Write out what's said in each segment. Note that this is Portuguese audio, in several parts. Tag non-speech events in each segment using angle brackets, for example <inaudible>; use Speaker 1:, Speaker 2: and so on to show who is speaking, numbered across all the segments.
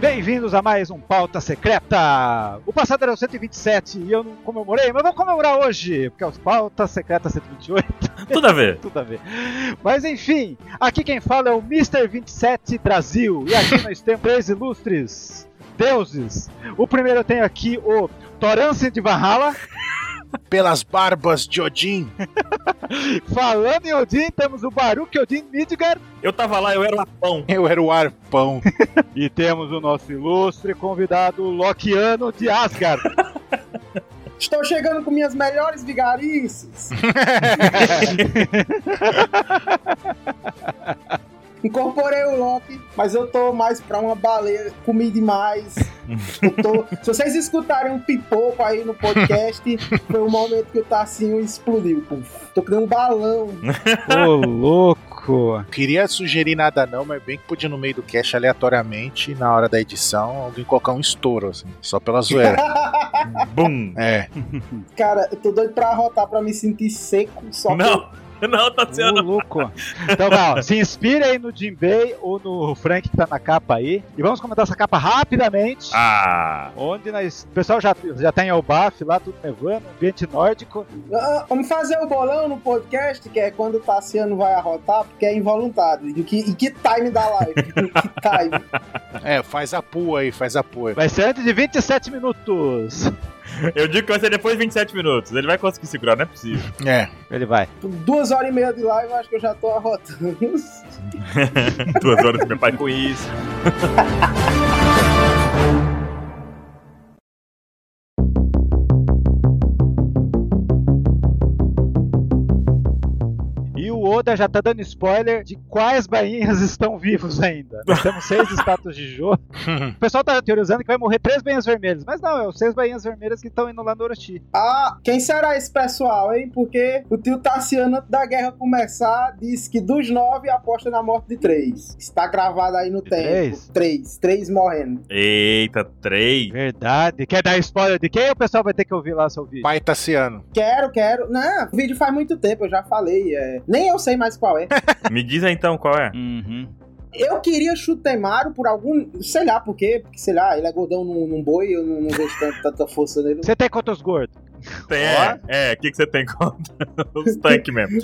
Speaker 1: Bem-vindos a mais um Pauta Secreta! O passado era o 127 e eu não comemorei, mas vou comemorar hoje, porque é o Pauta Secreta 128,
Speaker 2: Tudo a ver.
Speaker 1: tudo a ver. Mas enfim, aqui quem fala é o Mr. 27 Brasil, e aqui nós temos três ilustres deuses. O primeiro eu tenho aqui o Torance de Valhalla.
Speaker 3: Pelas barbas de Odin. <laughs>
Speaker 1: Falando em Odin, temos o Baruch Odin Midgar.
Speaker 2: Eu tava lá, eu era um
Speaker 4: <laughs>
Speaker 2: lapão.
Speaker 3: Eu era o arpão.
Speaker 1: E temos o nosso ilustre convidado, o Lokiano de Asgard.
Speaker 4: Estou chegando com minhas melhores vigarices. Incorporei o Loki, mas eu tô mais pra uma baleia, comi demais. Eu tô- Se vocês escutarem um pipoco aí no podcast, foi o momento que o Tassinho explodiu. pum. Tô criando um balão.
Speaker 1: Ô, louco!
Speaker 3: Queria sugerir nada não, mas bem que podia no meio do cast aleatoriamente, na hora da edição, alguém colocar um estouro, assim, só pela
Speaker 2: <laughs>
Speaker 3: zoeira.
Speaker 2: Bum.
Speaker 3: é.
Speaker 4: Cara, eu tô doido pra arrotar pra me sentir seco. Só que
Speaker 2: Não, <laughs> não, tá
Speaker 1: Ô,
Speaker 2: Tatiana.
Speaker 1: louco! Então, vai, ó, se inspire aí no Jim Bay ou no Frank que tá na capa aí. E vamos comentar essa capa rapidamente.
Speaker 4: Uh.
Speaker 2: Ah.
Speaker 1: Onde nós. O pessoal já, já tem o baf lá, tudo nevando, ambiente nórdico.
Speaker 4: Ah, Vamos fazer o bolão no podcast, que é quando o Tassiano vai arrotar, porque é involuntário. E que, e que time da live? <laughs> que time?
Speaker 3: É, faz a pua aí, faz a pua. aí.
Speaker 1: Vai ser antes de 27 minutos.
Speaker 2: Eu digo que vai ser depois de 27 minutos. Ele vai conseguir segurar, não é
Speaker 4: <laughs>
Speaker 2: possível.
Speaker 3: É.
Speaker 1: Ele vai.
Speaker 4: Duas horas e meia de live, eu acho que eu já tô arrotando. <laughs>
Speaker 2: Duas horas de meu pai com isso.
Speaker 1: E o Oda já tá dando spoiler de quais bainhas estão vivos ainda. Nós temos seis estátuas de Jô. O pessoal tá teorizando que vai morrer três bainhas vermelhas. Mas não, é os seis bainhas vermelhas que estão indo lá no Orochi.
Speaker 4: Ah, quem será esse pessoal, hein? Porque o tio Tassiano, antes da guerra começar, disse que dos nove aposta na morte de três. Está gravado aí no tempo.
Speaker 1: três?
Speaker 4: Três. Três morrendo.
Speaker 2: Eita, três.
Speaker 1: Verdade. Quer dar spoiler de quem? O pessoal vai ter que ouvir lá seu vídeo.
Speaker 3: Pai Tassiano.
Speaker 4: Quero, quero. Não, o vídeo faz muito tempo, eu já falei. é. Nem eu sei mais qual é.
Speaker 2: Me diz aí, então qual
Speaker 4: Hum.
Speaker 2: é.
Speaker 1: Uhum.
Speaker 4: Eu queria Chutemaru por algum. Sei lá por quê, porque sei lá, ele é gordão num, num boi, eu não, não vejo tanto- tanta força nele.
Speaker 1: Você tem quantos gordos?
Speaker 2: Tem, é, é, o que, que você tem contra? <laughs> Os tanques mesmo.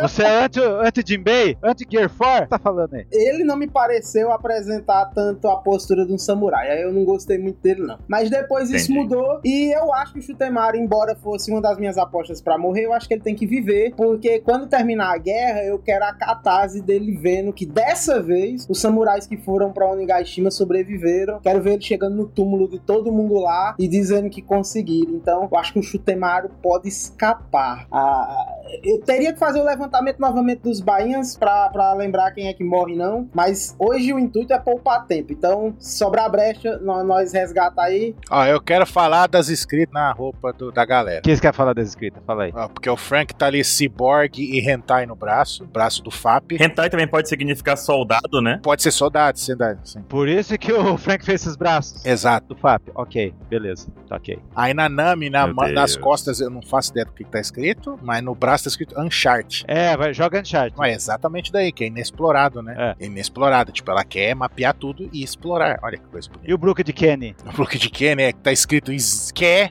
Speaker 1: Você é anti- anti-Jinbei? Anti-Gear 4? Tá falando aí.
Speaker 4: Ele não me pareceu apresentar tanto a postura de um samurai, aí eu não gostei muito dele, não. Mas depois isso
Speaker 2: Entendi.
Speaker 4: mudou, e eu acho que o Chutemaru, embora fosse uma das minhas apostas pra morrer, eu acho que ele tem que viver, porque quando terminar a guerra, eu quero a catarse dele vendo que dessa vez os samurais que foram pra Onigashima sobreviveram. Quero ver ele chegando no túmulo de todo mundo lá e dizendo que conseguiram. Então, eu acho que o Chutemaru pode escapar. Ah, eu teria que fazer o levantamento novamente dos bainhas pra, pra lembrar quem é que morre, não. Mas hoje o intuito é poupar tempo. Então, se sobrar brecha, nó- nós resgata aí.
Speaker 3: Ó, eu quero falar das inscritas na roupa do- da galera.
Speaker 1: O que você quer falar das escritas? Fala aí.
Speaker 3: Ó, porque o Frank tá ali ciborgue e hentai no braço, braço do FAP.
Speaker 2: Hentai também pode significar soldado, né? <laughs>
Speaker 3: Pode ser soldado, sendo assim.
Speaker 1: Por isso que o Frank fez esses braços.
Speaker 3: Exato.
Speaker 1: Do FAP. Ok, beleza. Tá ok.
Speaker 3: Aí na Nami, na
Speaker 2: Meu
Speaker 3: ma- nas
Speaker 2: Deus.
Speaker 3: costas, eu não faço ideia do que, que tá escrito, mas no braço tá escrito Uncharted.
Speaker 1: É, vai, joga Uncharted.
Speaker 3: Não, é exatamente daí, que é inexplorado, né? É. Inexplorado. Tipo, ela quer mapear tudo e explorar. Olha que coisa bonita.
Speaker 1: E o Brook de Kenny?
Speaker 3: O Brook de Kenny é que tá escrito Ske,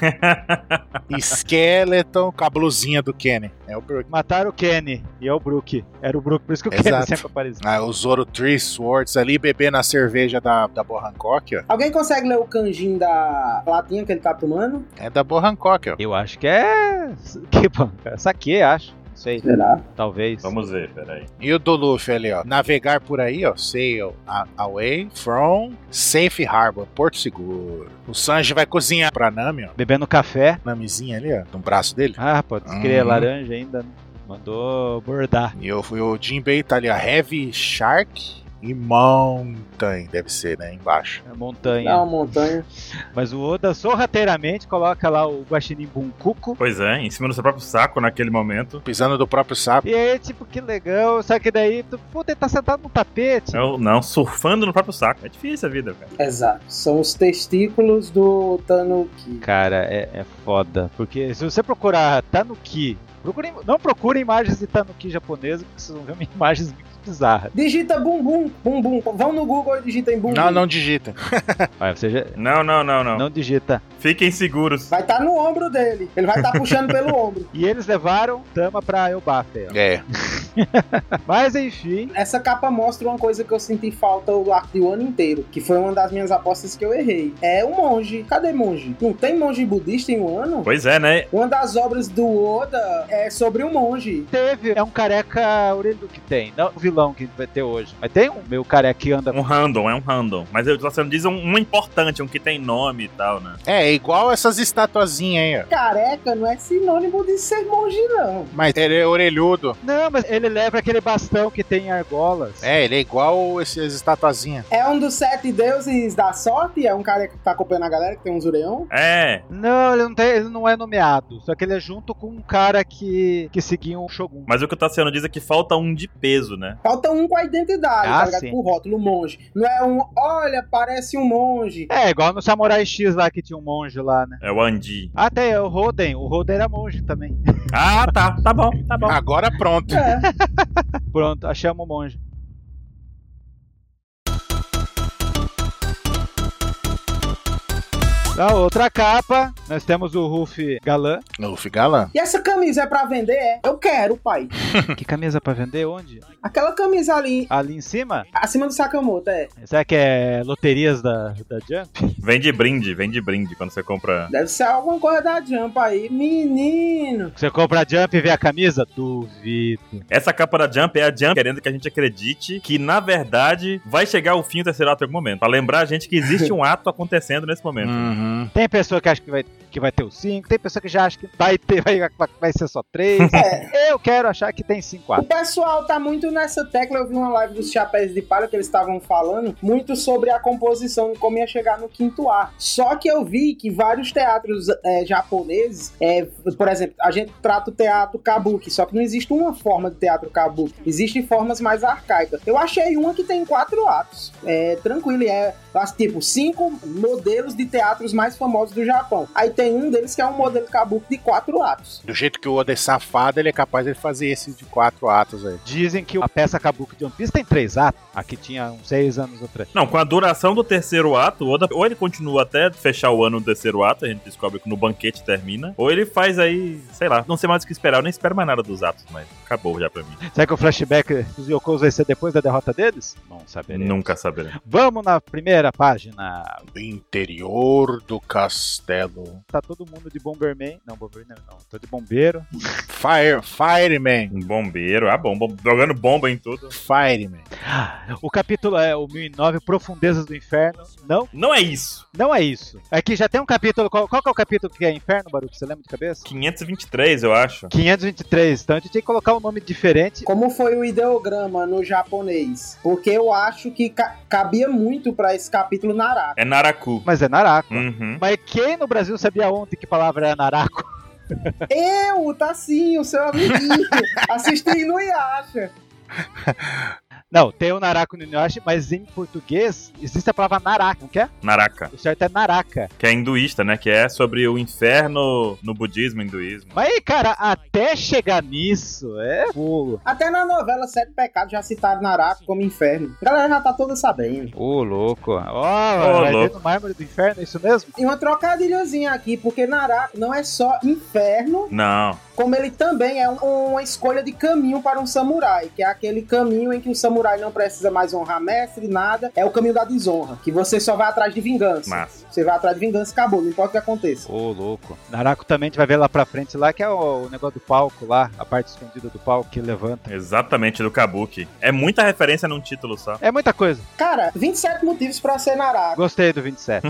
Speaker 3: Skeleton com a blusinha do Kenny. É o Brook.
Speaker 1: Mataram o Kenny. E é o Brook. Era o Brook, por isso que o Kenny
Speaker 3: Exato.
Speaker 1: sempre aparecia.
Speaker 3: Ah, o Zoro Three Swords ali bebendo a cerveja da, da Bohancock, ó.
Speaker 4: Alguém consegue ler o canjinho da latinha que ele tá tomando?
Speaker 3: É da Bohancock, ó.
Speaker 1: Eu acho que é. Que bom, cara. Saquei, acho. Não sei,
Speaker 4: Sei lá.
Speaker 1: talvez.
Speaker 2: Vamos ver, peraí.
Speaker 3: E o do Luffy ali, ó. Navegar por aí, ó. Sail a- away from Safe Harbor, Porto Seguro. O Sanji vai cozinhar pra Nami, ó.
Speaker 1: Bebendo café.
Speaker 3: Namizinha ali, ó. No braço dele.
Speaker 1: Ah, pode escrever
Speaker 3: Uhum.
Speaker 1: laranja ainda. né? Mandou bordar.
Speaker 3: E o, e o Jinbei tá ali, ó. Heavy Shark e Mountain. Deve ser, né? Embaixo.
Speaker 1: É Montanha.
Speaker 4: É uma montanha.
Speaker 1: Mas o Oda sorrateiramente coloca lá o Guaxinim Buncuco.
Speaker 2: Pois é, em cima do seu próprio saco naquele momento.
Speaker 3: Pisando do próprio sapo.
Speaker 1: E aí, tipo, que legal. Só que daí, tu, puta, ele tá sentado no tapete.
Speaker 2: Eu, não, surfando no próprio saco. É difícil a vida, velho.
Speaker 4: Exato. São os testículos do Tanuki.
Speaker 1: Cara, é, é foda. Porque se você procurar Tanuki, procurem, não procurem imagens de Tanuki japonesa, porque vocês vão ver <laughs> imagens muito bizarra.
Speaker 4: Digita bumbum, bumbum. Vão no Google e digitem bumbum.
Speaker 3: Não, não digita.
Speaker 1: Olha, você já
Speaker 2: Não, não, não, não.
Speaker 1: não digita.
Speaker 2: Fiquem seguros.
Speaker 4: Vai estar no ombro dele. Ele vai estar puxando pelo ombro.
Speaker 1: E eles levaram Tama pra
Speaker 3: <laughs>
Speaker 1: Elbafia.
Speaker 3: É.
Speaker 1: Mas enfim,
Speaker 4: Essa capa mostra uma coisa que eu senti falta o arco de um ano inteiro, que foi uma das minhas apostas que eu errei. É o monge. Cadê monge? Não tem monge budista em um ano?
Speaker 2: Pois é, né?
Speaker 4: Uma das obras do Oda é sobre o monge.
Speaker 1: teve. É um careca orelhudo que tem, não o vilão que vai ter hoje. Mas tem um meu careca que anda.
Speaker 2: Um random, é um random. Mas eu tô sendo diz um, um importante, um que tem nome e tal, né?
Speaker 3: É, igual essas estatuazinhas aí, ó.
Speaker 4: Careca não é sinônimo de ser monge, não.
Speaker 3: Mas ele é orelhudo.
Speaker 1: Não, mas ele leva aquele bastão que tem argolas.
Speaker 3: É, ele é igual essas estatuazinhas.
Speaker 4: É um dos sete deuses da sorte, é um careca que tá acompanhando a galera, que tem um zureão.
Speaker 2: É.
Speaker 1: Não, ele não, tem, ele não é nomeado. Só que ele é junto com um cara que, que seguia um Shogun.
Speaker 2: Mas o que o Tassiano diz é que falta um de peso, né?
Speaker 4: Falta um com a identidade,
Speaker 1: Ah,
Speaker 4: tá ligado?
Speaker 1: sim.
Speaker 4: Com o rótulo monge. Não é um, olha, parece um monge.
Speaker 1: É, igual no Samurai X lá que tinha um monge lá, né?
Speaker 2: É o Andi.
Speaker 1: Até é o Roden. O Roden era monge também. <laughs>
Speaker 2: Ah, tá. Tá bom, tá
Speaker 3: <laughs>
Speaker 2: bom.
Speaker 3: Agora
Speaker 4: <laughs>
Speaker 3: pronto.
Speaker 4: É.
Speaker 1: Pronto, achamos o monge. Na Ah, outra capa, nós temos o Ruff Galã.
Speaker 3: Luffy galã.
Speaker 4: E essa camisa é pra vender? É. Eu quero, pai.
Speaker 1: Que camisa pra vender? Onde?
Speaker 4: Aquela camisa ali,
Speaker 1: Ali em cima?
Speaker 4: acima do Sakamoto, é.
Speaker 1: Será que é loterias da, da Jump?
Speaker 2: Vem de brinde, vem de brinde quando você compra.
Speaker 4: Deve ser alguma coisa da Jump aí. Menino.
Speaker 1: Você compra a Jump e vê a camisa? Duvido.
Speaker 2: Essa capa da Jump é a Jump querendo que a gente acredite que, na verdade, vai chegar o fim do terceiro ato em algum momento. Pra lembrar a gente que existe um ato acontecendo nesse momento.
Speaker 3: Uhum.
Speaker 1: Tem pessoa que acha que vai, que vai ter o 5, tem pessoa que já acha que vai, ter, vai, vai ser só 3.
Speaker 4: É.
Speaker 1: Eu quero achar que tem 5
Speaker 4: O
Speaker 1: atos.
Speaker 4: pessoal tá muito nessa tecla. Eu vi uma live dos Chapéus de Palha que eles estavam falando muito sobre a composição e como ia chegar no quinto ar. Só que eu vi que vários teatros é, japoneses, é, por exemplo, a gente trata o teatro kabuki, só que não existe uma forma de teatro kabuki. Existem formas mais arcaicas. Eu achei uma que tem quatro atos. É tranquilo, e é as, tipo cinco modelos de teatros mais famosos do Japão. Aí tem um deles que é um modelo kabuki de quatro atos.
Speaker 3: Do jeito que o Oda é safado, ele é capaz de fazer esse de quatro atos aí.
Speaker 1: Dizem que a peça Kabuki de One Piece tem 3 atos. Aqui tinha uns 6 anos atrás.
Speaker 2: Não, com a duração do terceiro ato, o Oda, ou ele continua até fechar o ano do terceiro ato, a gente descobre que no banquete termina, ou ele faz aí, sei lá, não sei mais o que esperar, eu nem espero mais nada dos atos, mas acabou já pra mim.
Speaker 1: Será que o flashback dos Yokos vai ser depois da derrota deles? Não saberemos.
Speaker 2: Nunca saberei.
Speaker 1: Vamos na primeira página.
Speaker 3: Do interior do castelo.
Speaker 1: Tá todo mundo de Bomberman. Não, Bomberman não. Tô de bombeiro.
Speaker 3: Fire, Fireman.
Speaker 2: Um bombeiro, ah bom, bom- jogando bomba em tudo.
Speaker 3: Fireman.
Speaker 1: O capítulo é o 1009, Profundezas do Inferno. Não,
Speaker 2: Não é isso.
Speaker 1: não é isso. É que já tem um capítulo. Qual, qual que é o capítulo que é Inferno, Baruco? Você lembra de cabeça?
Speaker 2: 523, eu acho.
Speaker 1: 523. Então a gente tinha que colocar um nome diferente.
Speaker 4: Como foi o ideograma no japonês? Porque eu acho que ca- cabia muito pra esse capítulo Naraka.
Speaker 2: É Naraku.
Speaker 1: Mas é Naraco.
Speaker 2: Uhum.
Speaker 1: Mas quem no Brasil sabia ontem que palavra era Naraco? <laughs>
Speaker 4: Eu, É Tassinho, seu amiguinho, assisti no Yasha.
Speaker 1: Não, tem o Naraco no Inuyasha, mas em português existe a palavra Naraca, não quer?
Speaker 2: Naraka,
Speaker 1: O certo é Naraca.
Speaker 2: que é hinduísta, né? Que é sobre o inferno no budismo, hinduísmo.
Speaker 1: Mas, cara, até chegar nisso é pulo.
Speaker 4: Até na novela Sete Pecados já citaram Naraka como inferno. A galera já tá toda sabendo.
Speaker 1: Ô, louco. Ó,
Speaker 2: Ô,
Speaker 1: vai
Speaker 2: louco.
Speaker 1: ver no mármore do inferno, é isso mesmo?
Speaker 4: E uma trocadilhozinha aqui, porque Naraka não é só inferno,
Speaker 2: Não.
Speaker 4: como ele também é um- uma escolha de caminho para um samurai, que é aquele caminho em que o samurai não precisa mais honrar mestre, nada. É o caminho da desonra, que você só vai atrás de vingança.
Speaker 2: Massa.
Speaker 4: Você vai atrás de vingança, acabou, não importa o que aconteça.
Speaker 1: Ô, louco. Naraco também a gente vai ver lá pra frente, lá que é o, o negócio do palco lá, a parte escondida do palco que levanta.
Speaker 2: Exatamente, do Kabuki. É muita referência num título só.
Speaker 1: É muita coisa.
Speaker 4: Cara, 27 motivos pra ser Naraka.
Speaker 1: Gostei do <laughs> 27.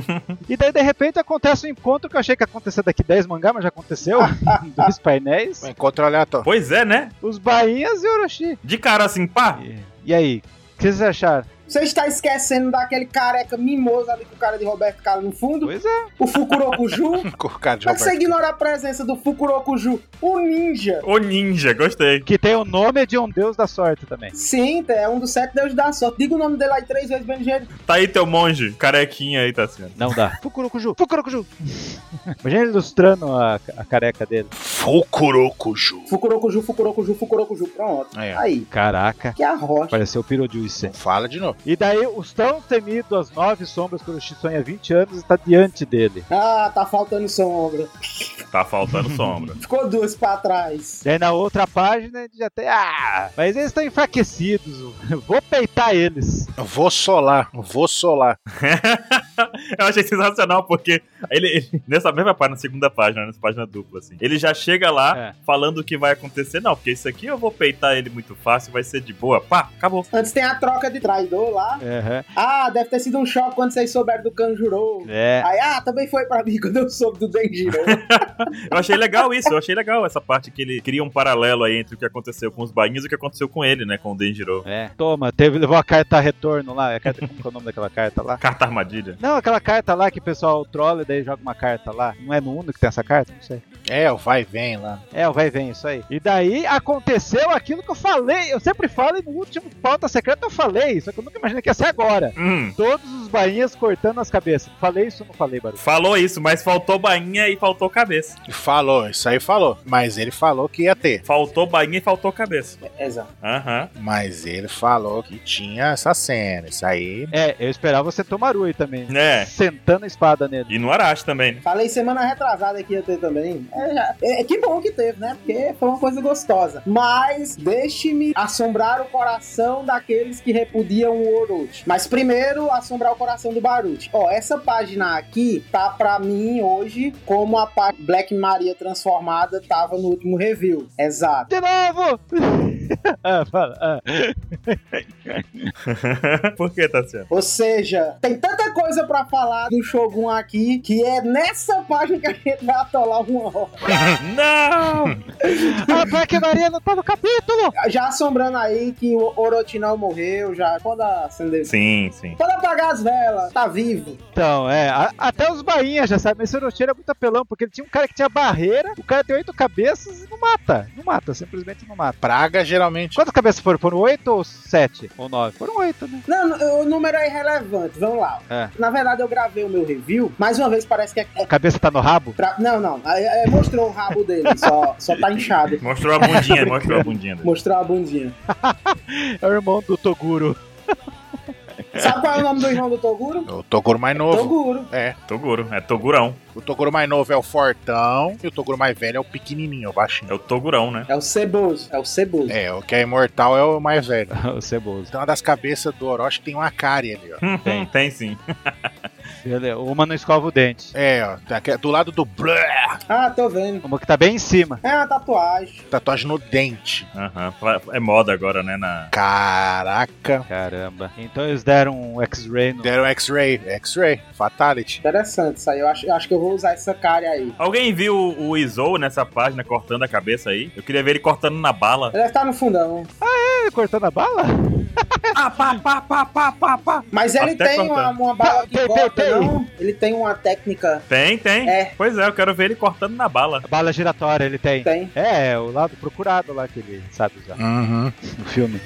Speaker 1: e daí, de repente, acontece um encontro que eu achei que ia acontecer daqui 10 mangá, mas já <laughs> aconteceu. em dois painéis.
Speaker 3: Um encontro <laughs> aleatório.
Speaker 2: Pois é, né?
Speaker 1: Os bainhas e o Orochi.
Speaker 2: De cara assim, pá.
Speaker 1: E, e aí, o que vocês acharam?
Speaker 4: Você está esquecendo daquele careca mimoso ali com o cara de Roberto Carlos no fundo,
Speaker 1: Pois é.
Speaker 4: o Fukurokuju.
Speaker 3: Colocar de
Speaker 4: Como é que você
Speaker 3: Roberto.
Speaker 4: ignora a presença do Fukurokuju? O ninja.
Speaker 2: Ô ninja, gostei.
Speaker 1: Que tem o nome de um deus da sorte também.
Speaker 4: Sim, é um dos sete deuses da sorte. Diga o nome dele aí três vezes, bem ligeiro.
Speaker 2: Tá aí teu monge, carequinha aí, tá assim.
Speaker 1: Não dá. <laughs> Fukurokuju, Fukurokuju. <laughs> Imagina ele ilustrando a, a careca dele.
Speaker 3: Fukurokuju.
Speaker 4: Fukurokuju, Fukurokuju, Fukurokuju. Pronto.
Speaker 3: Aí, ó.
Speaker 4: Aí,
Speaker 1: Caraca.
Speaker 4: que é arrocha.
Speaker 1: Pareceu o Pirojuice.
Speaker 3: Fala de novo.
Speaker 1: E daí, os tão temidos As Nove Sombras que o sonha há 20 anos está diante dele.
Speaker 4: Ah, tá faltando sombra.
Speaker 2: Tá faltando sombra.
Speaker 4: Ficou duas pra trás.
Speaker 1: E aí, na outra página, ele já tem. Ah, mas eles estão enfraquecidos. <laughs> Vou peitar eles.
Speaker 3: Eu Vou solar, eu vou solar.
Speaker 2: Eu achei sensacional, porque ele, ele- nessa mesma página, na segunda página, né, nessa página dupla, assim, ele já chega lá
Speaker 1: É.
Speaker 2: falando o que vai acontecer. Não, porque isso aqui eu vou peitar ele muito fácil, vai ser de boa. Pá, acabou.
Speaker 4: Antes tem a troca de traidor lá.
Speaker 1: Aham.
Speaker 4: Ah, deve ter sido um choque quando vocês souberam do Kanjuro.
Speaker 1: É.
Speaker 4: Aí, ah, também foi pra mim <laughs> quando eu soube do Denjiro.
Speaker 2: Eu achei legal isso, eu achei legal essa parte que ele cria um paralelo aí entre o que aconteceu com os bainhos e o que aconteceu com ele, né, com o Denjiro.
Speaker 1: É. Toma, teve, levou a carta retorno lá. A carta, como que é o nome daquela carta lá?
Speaker 2: Carta armadilha.
Speaker 1: Não, aquela carta lá que o pessoal trola e daí joga uma carta lá. Não é no Uno que tem essa carta? Não sei.
Speaker 3: É, o vai e vem lá.
Speaker 1: É, o vai e vem, isso aí. E daí aconteceu aquilo que eu falei. Eu sempre falo e no último pauta secreta eu falei. Só que eu nunca imaginei que ia ser agora.
Speaker 2: Hum.
Speaker 1: Todos os bainhas cortando as cabeças. Falei isso ou não falei, Baru?
Speaker 2: Falou isso, mas faltou bainha e faltou cabeça.
Speaker 3: E Falou, isso aí falou. Mas ele falou que ia ter.
Speaker 2: Faltou bainha e faltou cabeça.
Speaker 4: Exato.
Speaker 2: Aham.
Speaker 3: Mas ele falou que tinha essa cena. Isso aí.
Speaker 1: É, eu esperava você tomar Marui também.
Speaker 2: É.
Speaker 1: Sentando a espada nele.
Speaker 2: E no Arashi também, <laughs> né?
Speaker 4: Falei semana retrasada que ia ter também. É, já- é, que bom que teve, né? Porque foi uma coisa gostosa. Mas deixe-me assombrar o coração daqueles que repudiam o Orochi. Mas primeiro, assombrar o coração do Baruch. Ó, essa página aqui tá pra mim hoje como a página Black Maria transformada tava no último review. Exato.
Speaker 1: De novo! <laughs> ah, fala, ah.
Speaker 2: Por que, Tassiano?
Speaker 4: Ou seja, tem tanta coisa pra falar do Shogun aqui que é nessa página que a gente vai atolar uma hora.
Speaker 2: Não!
Speaker 1: Ah, Black Maria não tá no capítulo!
Speaker 4: Já assombrando aí que o Orotinal morreu, já pode acender.
Speaker 2: Sim, sim.
Speaker 4: Pode apagar as velas, tá vivo.
Speaker 1: Então, é, a- até os bainhas já sabem, mas esse Orochiro é muito apelão, porque ele tinha um cara que tinha barreira, o cara tem oito cabeças e não mata. Não mata, simplesmente não mata.
Speaker 3: Praga geralmente.
Speaker 1: Quantas cabeças foram? Foram oito ou sete? Ou nove? Foram oito, né?
Speaker 4: Não, n- o número é irrelevante, vamos lá.
Speaker 1: É.
Speaker 4: Na verdade, eu gravei o meu review, mais uma vez parece que é. é
Speaker 1: Cabeça tá no rabo?
Speaker 4: pra- Não, não, é- é- mostrou o rabo dele, só, só tá inchado.
Speaker 2: Mostrou <laughs> a bundinha, mostrou a bundinha. dele.
Speaker 4: Mostrou a bundinha.
Speaker 1: É o irmão do Toguro.
Speaker 4: Sabe qual é o nome do irmão do Toguro?
Speaker 3: O Toguro mais novo.
Speaker 4: Toguro.
Speaker 3: É.
Speaker 2: Toguro, é Togurão.
Speaker 3: O Toguro mais novo é o fortão. E o Toguro mais velho é o pequenininho, o baixinho.
Speaker 2: É o Togurão, né?
Speaker 4: É o Ceboso, é o Ceboso.
Speaker 3: É, o que é imortal é o mais velho.
Speaker 1: <laughs> o Ceboso.
Speaker 3: Então, uma das cabeças do Orochi tem uma cárie ali, ó.
Speaker 2: Tem, Hum, tem sim.
Speaker 1: Ele- uma não escova o dente.
Speaker 3: É, ó. tá aqui- Do lado do blé,
Speaker 4: Ah, tô vendo.
Speaker 1: Uma que tá bem em cima.
Speaker 4: É uma tatuagem.
Speaker 3: tatuagem no dente.
Speaker 2: Aham. É moda agora, né? Na...
Speaker 3: Caraca.
Speaker 1: Caramba. Então eles deram um X-ray no.
Speaker 3: Deram X-Ray, X-Ray, Fatality.
Speaker 4: Interessante isso aí. Eu acho, eu acho que eu vou usar essa cara aí.
Speaker 2: Alguém viu o Izou nessa página cortando a cabeça aí? Eu queria ver ele cortando na bala.
Speaker 4: Ele deve estar no fundão.
Speaker 1: Ele cortando a bala?
Speaker 2: Ah, pá, pá, pá, pá, pá, pá.
Speaker 4: Mas ele
Speaker 2: Até
Speaker 4: tem uma,
Speaker 2: cortando.
Speaker 4: uma bala que
Speaker 1: Tem, tem,
Speaker 4: corta,
Speaker 1: tem.
Speaker 4: não? Ele tem uma técnica.
Speaker 2: Tem, tem.
Speaker 4: É.
Speaker 2: Pois é, eu quero ver ele cortando na bala.
Speaker 1: A bala giratória ele tem.
Speaker 4: Tem.
Speaker 1: É, é o lado procurado lá que ele sabe usar
Speaker 3: Uhum.
Speaker 1: no filme.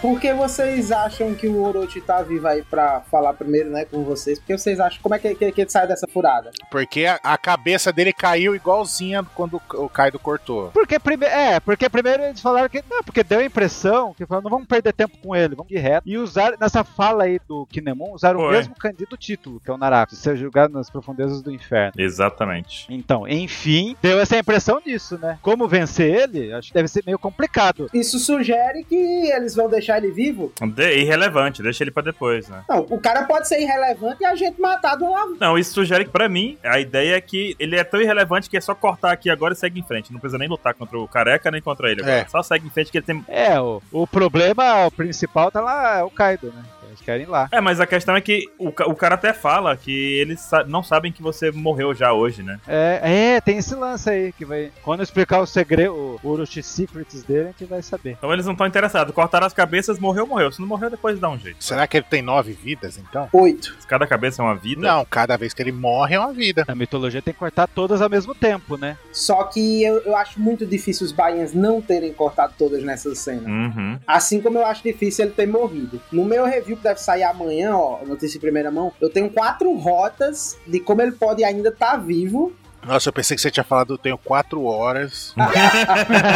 Speaker 4: Por que vocês acham que o Orochi tá vivo aí pra falar primeiro, né, com vocês? Porque vocês acham. Como é que, que, que ele sai dessa furada?
Speaker 3: Porque a, a cabeça dele caiu igualzinha quando o o Kaido cortou.
Speaker 1: Porque primeiro. É, porque primeiro eles falaram que. Não, porque deu a impressão que falaram, não vamos perder tempo com ele, vamos ir reto. E usaram, nessa fala aí do Kinemon, usaram o
Speaker 2: Foi.
Speaker 1: mesmo candido título, que é o Naraku, ser julgado nas profundezas do inferno.
Speaker 2: Exatamente.
Speaker 1: Então, enfim, deu essa impressão disso, né? Como vencer ele, acho que deve ser meio complicado.
Speaker 4: Isso sugere que eles vão deixar ele vivo?
Speaker 2: De- irrelevante, deixa ele pra depois, né?
Speaker 4: Não, o cara pode ser irrelevante e a gente matar do lado.
Speaker 2: Não, isso sugere que, pra mim, a ideia é que ele é tão irrelevante que é só cortar aqui agora e segue em frente. Não precisa nem lutar contra o careca nem contra ele.
Speaker 3: É.
Speaker 2: Agora. Só segue em frente que ele tem.
Speaker 1: É, o, o problema principal tá lá, é o Kaido, né? É Eles querem ir lá.
Speaker 2: É, mas a questão é que o, ca- o cara até fala que eles sa- não sabem que você morreu já hoje, né?
Speaker 1: É, é, tem esse lance aí que vai. Quando eu explicar o segredo, o Urushi Secrets dele, a gente vai saber.
Speaker 2: Então eles não estão interessados. Cortaram as cabeças, morreu, morreu. Se não morreu, depois dá um jeito.
Speaker 3: Será que ele tem nove vidas, então?
Speaker 4: Oito.
Speaker 2: Cada cabeça é uma vida.
Speaker 3: Não, cada vez que ele morre é uma vida.
Speaker 1: Na mitologia tem que cortar todas ao mesmo tempo, né?
Speaker 4: Só que eu, eu acho muito difícil os bainhas não terem cortado todas nessa cena.
Speaker 2: Uhum.
Speaker 4: Assim como eu acho difícil ele ter morrido. No meu review, que deve sair amanhã, ó, notícia em primeira mão, eu tenho quatro rotas de como ele pode ainda estar vivo.
Speaker 3: Nossa, eu pensei que você tinha falado, eu tenho quatro horas.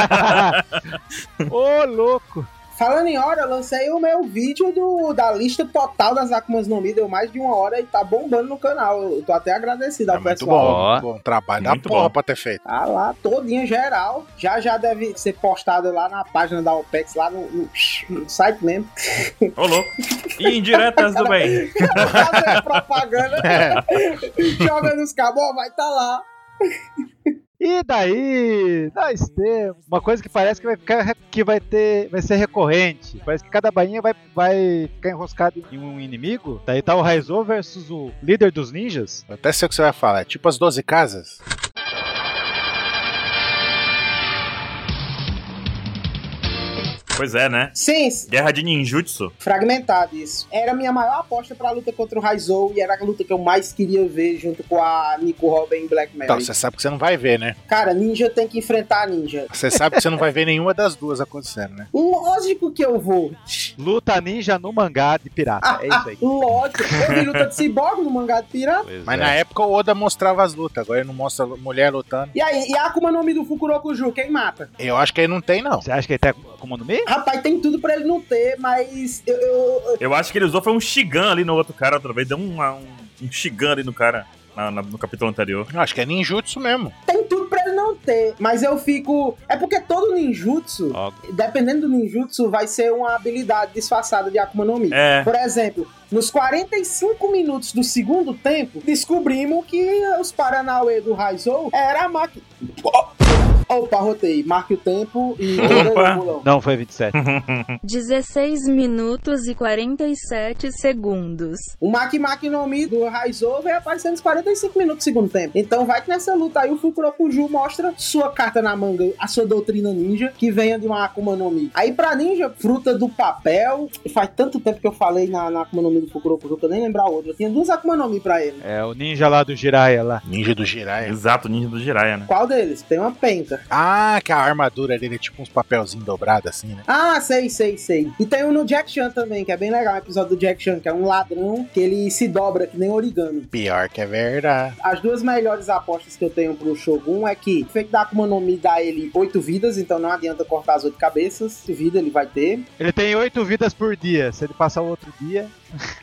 Speaker 1: <laughs> Ô, louco!
Speaker 4: Falando em hora, eu lancei o meu vídeo do, da lista total das Akumas no Mi, deu mais de uma hora e tá bombando no canal. Eu tô até agradecido
Speaker 3: É
Speaker 4: ao
Speaker 3: muito
Speaker 4: pessoal.
Speaker 3: bom,
Speaker 1: Ó.
Speaker 3: muito bom. Trabalho da
Speaker 2: Muito
Speaker 3: porra
Speaker 2: bom.
Speaker 3: pra ter feito.
Speaker 4: Tá lá, todinha geral. Já já deve ser postado lá na página da OPEX, lá no, no- no site mesmo. <laughs>
Speaker 2: Ô, louco. E indiretas do bem.
Speaker 4: Fazendo
Speaker 3: <laughs>
Speaker 4: propaganda,
Speaker 3: É.
Speaker 4: jogando os cabos, ó, vai tá lá.
Speaker 1: E daí? Nós temos uma coisa que parece que vai ficar que vai ter, vai ser recorrente. Parece que cada bainha vai, vai ficar enroscado em um inimigo. Daí tá o Raizou versus o líder dos ninjas.
Speaker 3: Eu até sei o que você vai falar. É tipo as 12 casas.
Speaker 2: Pois é, né?
Speaker 4: Sim,
Speaker 2: Guerra de ninjutsu.
Speaker 4: fragmentado isso. Era a minha maior aposta pra luta contra o Raizou e era a luta que eu mais queria ver junto com a Nico Robin e Black Mary.
Speaker 3: Então, você sabe que você não vai ver, né?
Speaker 4: Cara, ninja tem que enfrentar ninja.
Speaker 3: Você sabe que você não vai ver nenhuma das duas acontecendo, né?
Speaker 4: Lógico que eu vou.
Speaker 1: Luta ninja no mangá de pirata. É isso aí.
Speaker 4: <laughs> Lógico. Eu vi luta de ciborgue no mangá de pirata.
Speaker 3: Mas na época o Oda mostrava as lutas, agora ele não mostra mulher lutando.
Speaker 4: E aí, e a Akuma no Mi do Fukurokuju, quem mata?
Speaker 3: Eu acho que aí não tem, não.
Speaker 1: Você acha que ele tá com o no Mi?
Speaker 4: Rapaz, tem tudo pra ele não ter, mas eu, eu-
Speaker 2: Eu acho que ele usou foi um Shigan ali no outro cara outra vez. Deu uma- um, um Shigan ali no cara na- na- no capítulo anterior.
Speaker 3: Eu acho que é ninjutsu mesmo.
Speaker 4: tem tudo pra ele não ter, mas eu fico. É porque todo ninjutsu,
Speaker 1: Ó.
Speaker 4: dependendo do ninjutsu, vai ser uma habilidade disfarçada de Akuma no Mi.
Speaker 2: É.
Speaker 4: Por exemplo, nos 45 minutos do segundo tempo, descobrimos que os Paranauê do Raizou era a máquina. Opa, rotei. Marque o tempo e.
Speaker 2: Opa.
Speaker 4: Pulão.
Speaker 1: Não, foi 27.
Speaker 5: 16 minutos e 47 segundos.
Speaker 4: O Maki Maki no Mi do Raizou vem aparecendo nos 45 minutos do segundo tempo. Então vai que nessa luta aí o Fukurokuju mostra sua carta na manga, a sua doutrina ninja, que venha de uma Akuma no Mi. Aí pra ninja, fruta do papel. Faz tanto tempo que eu falei na, na Akuma no Mi do Fukurokuju que eu nem lembrar a outra. Eu tinha duas Akuma no Mi pra ele.
Speaker 1: É o ninja lá do Jiraiya lá.
Speaker 3: Ninja do Jiraiya.
Speaker 2: É, Exato, ninja do Jiraiya, né?
Speaker 4: Qual deles? Tem uma penta.
Speaker 3: Ah, que a armadura dele é tipo uns papelzinhos dobrados assim, né?
Speaker 4: Ah, sei, sei, sei. E tem um no Jack Chan também, que é bem legal, um episódio do Jack Chan, que é um ladrão que ele se dobra que nem origami.
Speaker 3: Pior que é verdade.
Speaker 4: As duas melhores apostas que eu tenho pro Shogun é que o feito da Akuma no Mi dá ele oito vidas, então não adianta cortar as oito cabeças, vida ele vai ter.
Speaker 1: Ele tem oito vidas por dia. Se ele passar o outro dia.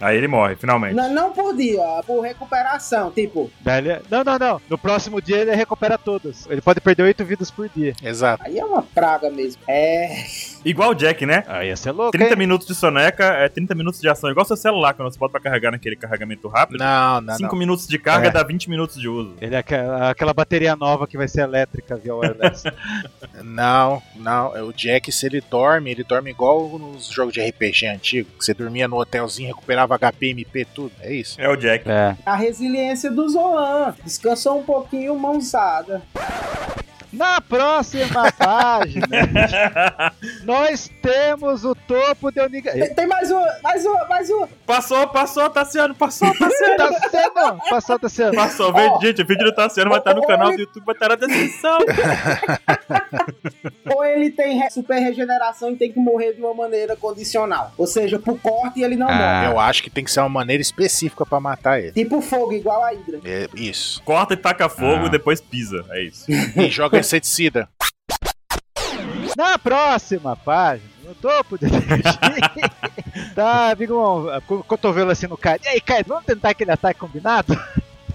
Speaker 2: Aí ele morre, finalmente.
Speaker 4: Não, não por dia, por recuperação, tipo,
Speaker 1: daí ele- é- Não, não, não. No próximo dia ele recupera todas. Ele pode perder oito vidas por dia.
Speaker 3: Exato.
Speaker 4: aí é uma praga mesmo. É,
Speaker 2: Igual o Jack, né?
Speaker 1: Aí ia ser louco.
Speaker 2: 30
Speaker 1: hein?
Speaker 2: minutos de soneca é 30 minutos de ação. Igual seu celular, quando você bota pra carregar naquele carregamento rápido.
Speaker 3: Não, não,
Speaker 2: 5
Speaker 3: não.
Speaker 2: minutos de carga
Speaker 1: É.
Speaker 2: dá 20 minutos de uso.
Speaker 1: Ele é aquela, aquela bateria nova que vai ser elétrica via wireless.
Speaker 3: Não, não. É O Jack, se ele dorme, ele dorme igual nos jogos de RPG antigo. Que você dormia no hotelzinho, recuperava HP, MP, tudo. É isso.
Speaker 2: É o Jack.
Speaker 1: é.
Speaker 4: a resiliência do Zolan. Descansou um pouquinho, mãozada.
Speaker 1: Na próxima página, nós temos o topo de Oniga.
Speaker 4: Tem, tem mais uma, mais uma, mais uma.
Speaker 2: <laughs> passou, passou, Tassiano, passou, Tassiano.
Speaker 1: Tá sendo, passou, tá sendo.
Speaker 2: Passou, Vê- gente, o vídeo do Tassiano vai estar no canal do YouTube, vai estar na descrição.
Speaker 4: Ou ele tem re- super regeneração e tem que morrer de uma maneira condicional. Ou seja, por corte ele não morre.
Speaker 3: Eu acho que tem que ser uma maneira específica pra matar ele.
Speaker 4: Tipo fogo, igual a Hydra.
Speaker 3: É isso.
Speaker 2: Corta e taca fogo
Speaker 1: Ah.
Speaker 2: e depois pisa. É isso.
Speaker 3: E joga inseticida.
Speaker 1: Na próxima página, no topo de <laughs> Tá, Bigum, com o cotovelo assim no Caio. E aí, Caio, vamos tentar aquele ataque combinado?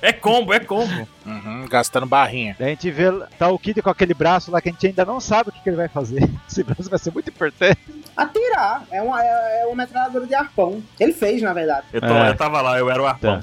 Speaker 2: É combo, é combo.
Speaker 3: Uhum, gastando barrinha.
Speaker 1: Daí a gente vê, tá o Kid com aquele braço lá que a gente ainda não sabe o que, que ele vai fazer. <laughs> Esse braço vai ser muito importante.
Speaker 4: Atirar. É uma, é, é uma metralhadora de arpão. Ele fez, na verdade.
Speaker 2: Eu, tô-
Speaker 1: É.
Speaker 2: eu tava lá, eu era o arpão.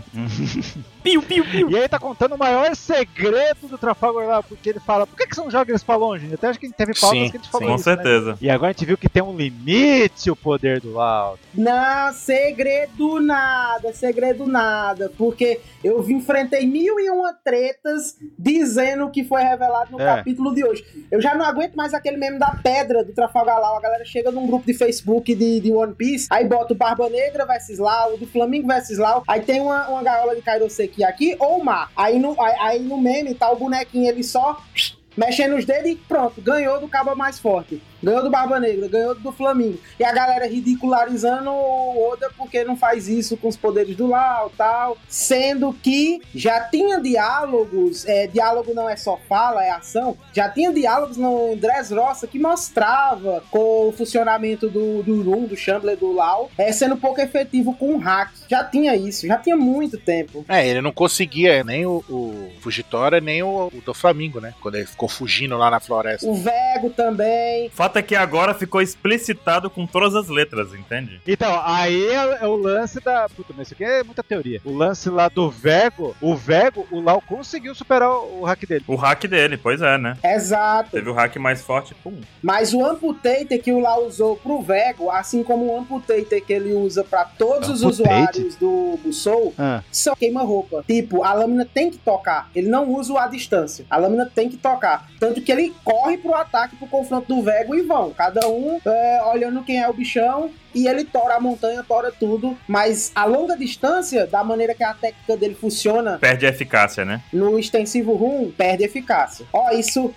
Speaker 2: Piu, piu, piu.
Speaker 1: E aí tá contando o maior segredo do Trafalgar lá, porque ele fala, por que, que você não joga eles pra longe? Eu Até acho que a gente teve pautas
Speaker 3: Sim,
Speaker 1: que a gente
Speaker 3: sim.
Speaker 1: falou
Speaker 2: Com
Speaker 1: isso, né?
Speaker 2: certeza.
Speaker 1: E agora a gente viu que tem um limite o poder do Loud.
Speaker 4: Não, segredo nada, segredo nada. Porque eu vi- enfrentei mil e uma tretas dizendo o que foi revelado no
Speaker 1: É.
Speaker 4: capítulo de hoje. Eu já não aguento mais aquele meme da pedra do Trafalgar Law. A galera chega num grupo de Facebook de, de One Piece, aí bota o Barba Negra versus Law, o do Flamengo versus Law, aí tem uma, uma gaiola de Kairoseki aqui ou o mar. Aí no, aí, aí no meme tá o bonequinho ele só mexendo os dedos e pronto, ganhou do Cabo Mais Forte. Ganhou do Barba Negra, ganhou do Flamengo. E a galera ridicularizando o Oda porque não faz isso com os poderes do Lau tal. Sendo que já tinha diálogos, é, diálogo não é só fala, é ação. Já tinha diálogos no Dress Roça que mostrava com o funcionamento do, do Room, do Chandler, do Lau, é, sendo pouco efetivo com o hack. Já tinha isso, já tinha muito tempo.
Speaker 3: É, ele não conseguia nem o, o Fugitória, nem o, o do Flamingo, né? Quando ele ficou fugindo lá na floresta.
Speaker 4: O Vego também,
Speaker 2: O fato é que agora ficou explicitado com todas as letras, entende?
Speaker 1: Então, aí é, é o lance da. Puta, mas isso aqui é muita teoria. O lance lá do Vego, o Vego, o Lau conseguiu superar o, o hack dele.
Speaker 2: O hack dele, pois é, né?
Speaker 4: exato.
Speaker 2: Teve o hack mais forte, pum.
Speaker 4: Mas o Amputator que o Lau usou pro Vego, assim como o Amputator que ele usa pra todos os
Speaker 1: Amputate?
Speaker 4: usuários do Busou,
Speaker 1: Ah.
Speaker 4: são queima-roupa. Tipo, a lâmina tem que tocar. Ele não usa o à distância. A lâmina tem que tocar. Tanto que ele corre pro ataque, pro confronto do Vego e vão. Cada um é, olhando quem é o bichão. E ele tora a montanha, tora tudo. Mas a longa distância, da maneira que a técnica dele funciona
Speaker 2: Perde a eficácia, né?
Speaker 4: no extensivo room, perde eficácia. Ó, isso.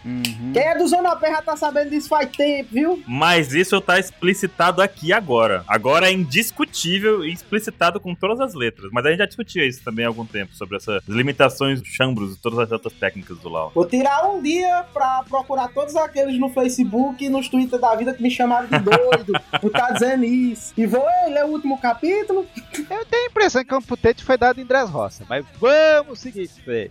Speaker 4: Quem é do Zona Pé já tá sabendo disso faz tempo, viu?
Speaker 2: Mas isso tá explicitado aqui agora. Agora é indiscutível e explicitado com todas as letras. Mas a gente já discutia isso também há algum tempo, sobre essas limitações do Chambros e todas as outras técnicas do Lau.
Speaker 4: Vou tirar um dia pra procurar todos aqueles no Facebook e nos Twitter da vida que me chamaram de doido <laughs> por tá dizendo isso. E vou ei, ler o último capítulo.
Speaker 1: Eu tenho a impressão que o Amputete foi dado em Dress Roça, mas vamos seguir isso aí.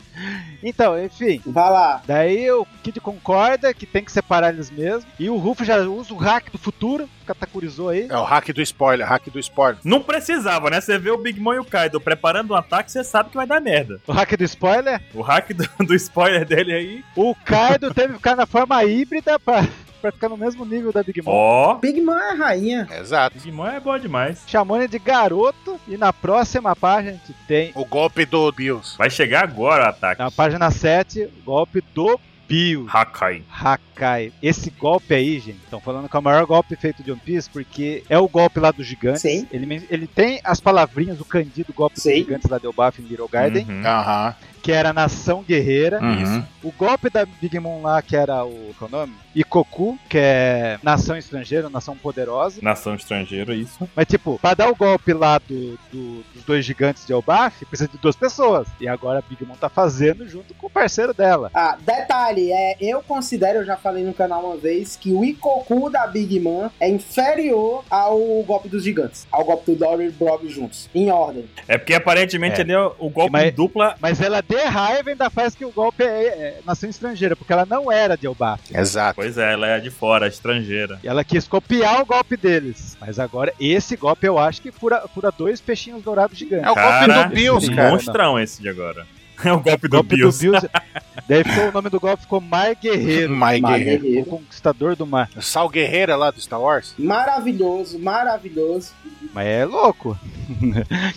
Speaker 1: Então, enfim.
Speaker 4: Vai lá.
Speaker 1: Daí o Kid concorda que tem que separar eles mesmo. E o Rufo já usa o hack do futuro, catacurizou aí.
Speaker 3: É o hack do spoiler, hack do spoiler.
Speaker 2: Não precisava, né? Você vê o Big Mom e o Kaido preparando um ataque, você sabe que vai dar merda.
Speaker 1: O hack do spoiler.
Speaker 2: O hack do, <laughs> do spoiler dele aí.
Speaker 1: O Kaido teve que ficar na forma híbrida pra, pra ficar no mesmo nível da Big Mom.
Speaker 2: Ó.
Speaker 4: Big Man é a rainha.
Speaker 3: Exato.
Speaker 2: Big Mom é boa demais.
Speaker 1: Chamou ele de garoto. E na próxima página a gente tem,
Speaker 3: O golpe do Bills.
Speaker 2: Vai chegar agora o ataque.
Speaker 1: na página 7, o golpe do Bill.
Speaker 2: Hakai.
Speaker 1: Hakai. Esse golpe aí, gente, estão falando que é o maior golpe feito de One Piece, porque é o golpe lá dos gigantes.
Speaker 4: Sim.
Speaker 1: Ele, men- ele tem as palavrinhas, o candido golpe dos
Speaker 4: Sim.
Speaker 1: gigantes lá de Elbaf em Little Garden,
Speaker 2: Uhum.
Speaker 3: Aham.
Speaker 1: que era a nação guerreira.
Speaker 3: Uhum.
Speaker 1: O golpe da Big Mom lá, que era o. Qual é o nome? Ikoku, que é nação estrangeira, nação poderosa.
Speaker 2: Nação estrangeira, isso.
Speaker 1: Mas, tipo, pra dar o golpe lá do, do- dos dois gigantes de Elbaf, precisa de duas pessoas. E agora a Big Mom tá fazendo junto com o parceiro dela.
Speaker 4: Ah, detalhe, é, eu considero, eu já falei no canal uma vez, que o Ikoku da Big Man é inferior ao golpe dos gigantes, ao golpe do Dory e Brock juntos, em ordem.
Speaker 2: É porque aparentemente
Speaker 1: É.
Speaker 2: ele é o golpe
Speaker 1: Mas-
Speaker 2: em dupla.
Speaker 1: Mas ela de raiva ainda faz que o golpe é, é nação estrangeira, porque ela não era de Elbaf.
Speaker 3: Exato.
Speaker 2: Pois é, ela é de fora, estrangeira.
Speaker 1: E ela quis copiar o golpe deles. Mas agora, esse golpe eu acho que fura, fura dois peixinhos dourados gigantes.
Speaker 3: É o golpe
Speaker 2: Cara,
Speaker 3: do Bills,
Speaker 1: esse
Speaker 3: cara.
Speaker 2: Monstrão esse de agora. <laughs> É o golpe do
Speaker 1: golpe
Speaker 2: Bills.
Speaker 1: do Bills. <laughs> Daí ficou, o nome do golpe ficou Mar Guerreiro.
Speaker 3: My
Speaker 4: Mar
Speaker 3: Guerreiro.
Speaker 1: o
Speaker 4: Guerreiro.
Speaker 1: conquistador do mar.
Speaker 3: Sal Guerreira lá do Star Wars?
Speaker 4: Maravilhoso, maravilhoso.
Speaker 1: Mas é louco.